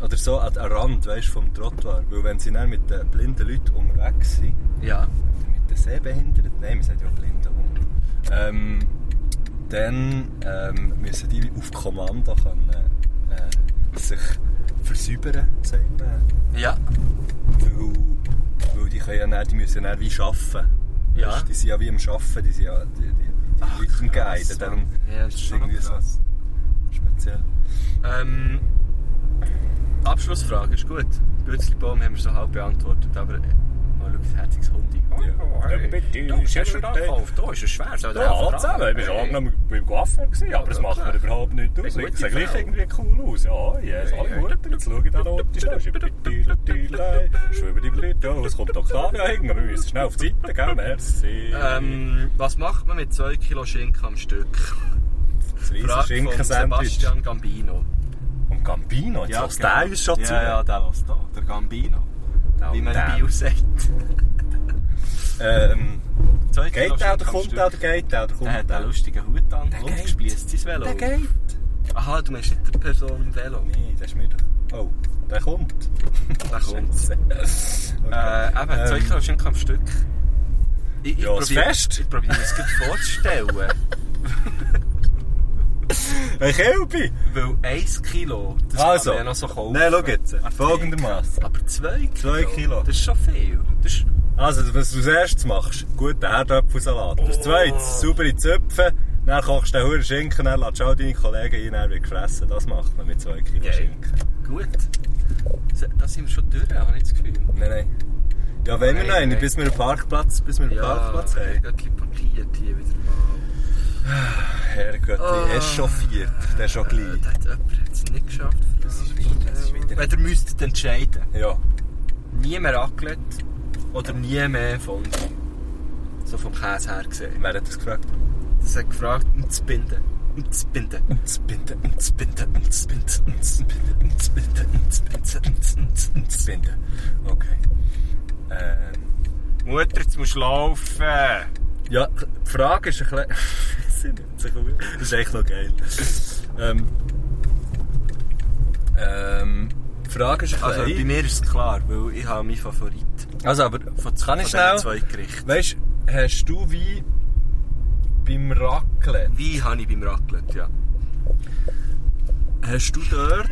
oder so an den Rand, weißt, vom Trottoir, weil wenn sie dann mit den blinden Leuten unterwegs sind, Ja. mit den Sehbehinderten, nein, wir sind ja blind ähm, dann ähm, müssen die auf Kommando können, äh, sich versäubern, sagt man. Ja. Weil, weil die, können ja nicht, die müssen ja nicht wie arbeiten. Ja. Weisst, Die sind ja wie am Arbeiten, die sind ja die, die, die Leute am krass, Guiden. Darum Mann. Ja, das ist schon irgendwie so krass. speziell. Ähm, Abschlussfrage ist gut. Bützlibaum haben wir so halb beantwortet, aber äh, mal schau, das herziges Hundi. Da ist schon da gekauft. Da ist ein schweres. Da Ah, beim Coiffeur, gewesen, aber das macht mir überhaupt nichts aus. Ich genau. sehe gleich irgendwie cool aus. Ja, yes, alle gut. Jetzt schaue ich da noch die Schnauze. Schwimmen die Blüte aus, kommt Octavia hin, aber wir müssen schnell auf die Seite, gell? Merci. Ähm, was macht man mit 2 Kilo Schinken am Stück? das riesen Frage von Schinkensandwich. Sebastian Gambino. Und Gambino, jetzt lässt der uns schon zu. Ja, ja, der lässt da. Der Gambino. Wie man der. in Bio (laughs) sagt. Ähm, Zwei Kilo Schinken geht der, der am kommt Stück. der, der geht der, der kommt Der hat einen lustigen Hut an, Der aufgespießt sein Velo. Der geht. Aha, du meinst nicht die Person im Velo. Nein, das ist mir doch... Oh, der kommt. Der kommt. (laughs) Äh, Okay. eben, ähm, zwei Kilo Schinken am Stück. Ich, ich Ja, das probier- Fest. Ich probiere mir das gerade (laughs) vorzustellen. Ein Kälbi! Weil 1 Kilo, das Also. kann man ja noch so kaufen. Nein, schau jetzt. Apotheke. Folgendermaßen. Aber 2 Kilo? Zwei Kilo. Das ist schon viel. Das ist, Also, was du als erstes machst, guten Herdöpfelsalat. Als Oh. zweites, saubere Zöpfe. Dann kochst du den Huren Schinken, dann lässt du all deine Kollegen ein, dann wird gefressen. Das macht man mit 2 Kilo Geil. Schinken. gut. Da sind wir schon durch, habe ich das Gefühl. Nein, nein. Ja, wenn wir Nein, noch einen, nein. bis wir einen Parkplatz, bis wir einen Parkplatz ich bin haben. gerade portiert hier wieder mal. Herrgott, Ah. oh. echauffiert, der ist schon Äh, gleich. das hat jemand jetzt nicht geschafft. Das ist wieder- das ist wieder- Wenn ihr müsstet entscheiden, Ja, nie mehr Raclette oder nie mehr Fondue. So vom Käse her gesehen. wer hat das gefragt? Das hat gefragt, um zu binden. Um zu binden. Um zu binden, um zu binden, um zu binden, um zu binden, um zu binden, um zu binden, um zu binden, um zu binden. Binden. Okay. Ähm, Mutter, jetzt musst du laufen. ja, die Frage ist ein bisschen... (laughs) Sie nimmt sich auf. das ist echt noch geil. Ähm, ähm, die Frage ist ein Also bei bisschen... mir ist es klar, weil ich habe meinen Favorit Also, aber von, kann ich von diesen schnell... zwei Gerichten. Weißt du, hast du wie beim Raclette, Wie habe ich beim Raclette, ja. Hast du dort?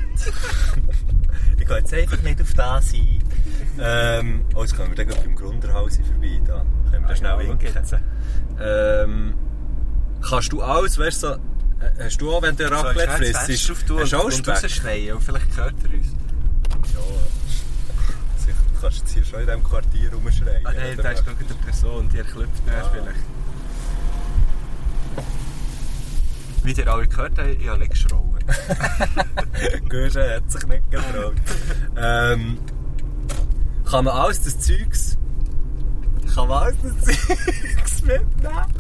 (laughs) ich gehe jetzt einfach nicht auf das ein. Ähm, oh, jetzt kommen wir dann gleich beim Grunderhaus vorbei. Da können Ah, wir da schnell hinken. Ähm, kannst du alles, weißt du, so, äh, hast du auch, wenn du Raclette frisst, auf du hast du auch und Speck? rausschneiden und vielleicht gehört er uns. Ah, Ja, sicher, du kannst jetzt hier schon in diesem Quartier rumschreien. Ah, nein, oder? da ist gerade eine Person, die erklüpft dann vielleicht. Wie ihr alle gehört habt, ich habe nicht (laughs) geschrauen. Gürschen äh, hat sich nicht getraut. ähm, kann man alles das Zeugs. Kann man alles das Zeugs mitnehmen?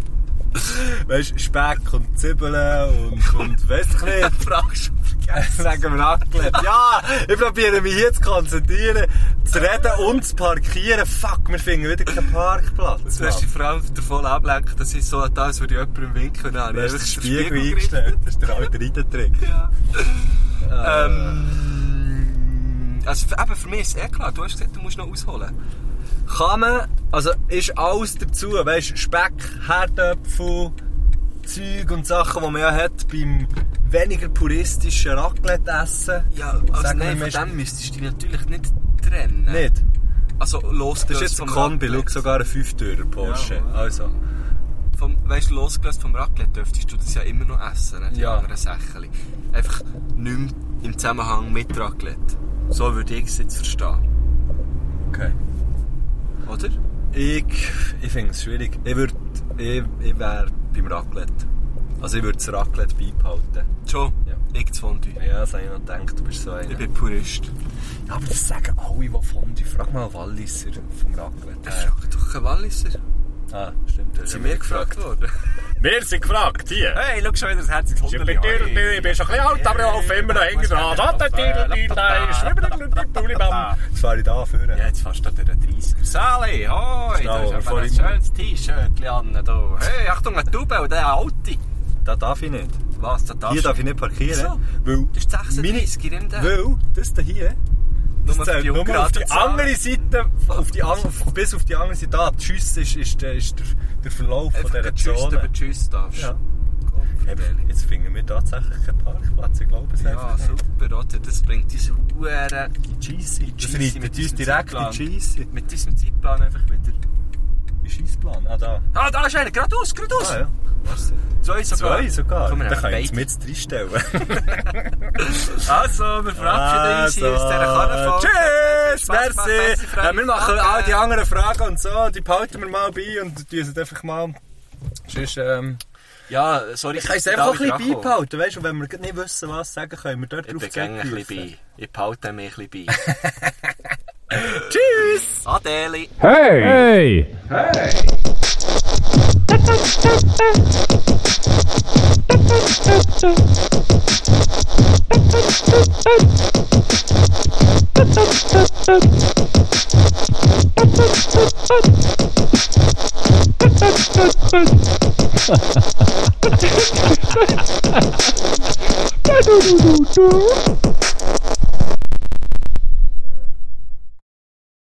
Weißt du, Speck und Zwiebeln und, und weiss ich nicht. Fragst (laughs) Sagen wir angelegt. Ja, ich probiere mich hier zu konzentrieren, zu reden und zu parkieren. Fuck, wir finden wieder keinen Parkplatz. du, hast dich Mann. vor allem davon ablenkt, dass ich so an das, würde jemandem winken und dann habe Du ich hast einfach den den Spiegel gerichtet. eingestellt. Das ist der alte Reidentrick. Ja. Ähm, also f- eben für mich ist es eh klar, du hast gesagt, du musst noch ausholen. kann man, also ist alles dazu, weißt Speck, Herdöpfel, Zeug und Sachen, die man ja hat beim weniger puristischen Raclette-Essen. Ja, also Sagen wir, nein, man von ist- dem müsstest du dich natürlich nicht trennen. Nicht? Also losgelöst Das ist jetzt ein Kombi, schau, sogar ein Fünftürer Porsche. Ja, wow. also. Vom, weißt du, losgelöst vom Raclette dürftest du das ja immer noch essen, ne, die Ja. anderen Sachen. Einfach nicht mehr im Zusammenhang mit Raclette. So würde ich es jetzt verstehen. Okay. Oder? Ich, ich finde es schwierig. Ich, würd, ich, ich wäre beim Raclette. Also ich würde das Raclette beibehalten. Schon? Ja. Ich zu Fondue. Ja, nou das habe ich noch gedacht, du bist so einer. Ich bin Purist. Ja, aber das sagen alle, die Fondue. Frag mal Walliser vom Raclette. Ich frage doch einen Walliser. Ah, stimmt. das Sind haben wir nicht gefragt (laughs) worden? Wir sind gefragt, hier. Hey, schau schon wieder das Herz Ich bin ein bisschen alt, aber ich laufe immer noch hinten dran. Da, da, da, da, da, schwimmen, Jetzt fahre ich da vorne. Ja, jetzt fast da durch den 30. Sally, hoi! Genau, Da ist aber ein vorhin- schönes T-Shirt an. da. Hey, Achtung, ein Tubel, der alte. Da darf ich nicht. Was, da darfst Hier du- darf ich nicht parkieren. Weil Das ist 36, nimm den. Weil das da hier, das Nur zählt die nur auf die ungerade Zahl. andere Seite, auf die an, auf, bis auf die andere Seite an. Die Schüsse ist, ist, der- ist der, der Verlauf von Einfach dieser tschüss, aber Zone. tschüss darfst. Ja. Gott, Eben, Jetzt finden wir tatsächlich keinen Parkplatz, ich glaube es Ja, einfach nicht. super, oder? Das bringt uns Huren. Die Cheesy. Das Cheesy reitet mit uns diesem direkt in Zeitplan. die Cheesy. Mit diesem Zeitplan einfach wieder. Ist Scheißplan? Ah, da. Ah, da ist einer, geradeaus, geradeaus! Ah, ja. Zwei sogar. Zwei sogar. Komm, wir da nehmen kann ich jetzt beide. mit reinstellen. Also, wir verabschieden Ah, uns hier aus dieser Karneval. Tschüss, Spass gemacht, merci. merci, Frank. Äh, Wir machen Danke. all die anderen Fragen und so, die behalten wir mal bei und die sind einfach mal. Sonst, ähm, Ja, sorry, ich kann es bin einfach ein David Racho. bisschen beibehalten, weißt du, und wenn wir gerade nicht wissen, was sagen, können wir dort Ich drauf bin gerne ein bisschen zurückgreifen. bei. Ich behalte mich ein bisschen bei. Tschüss! Adeli! Hey!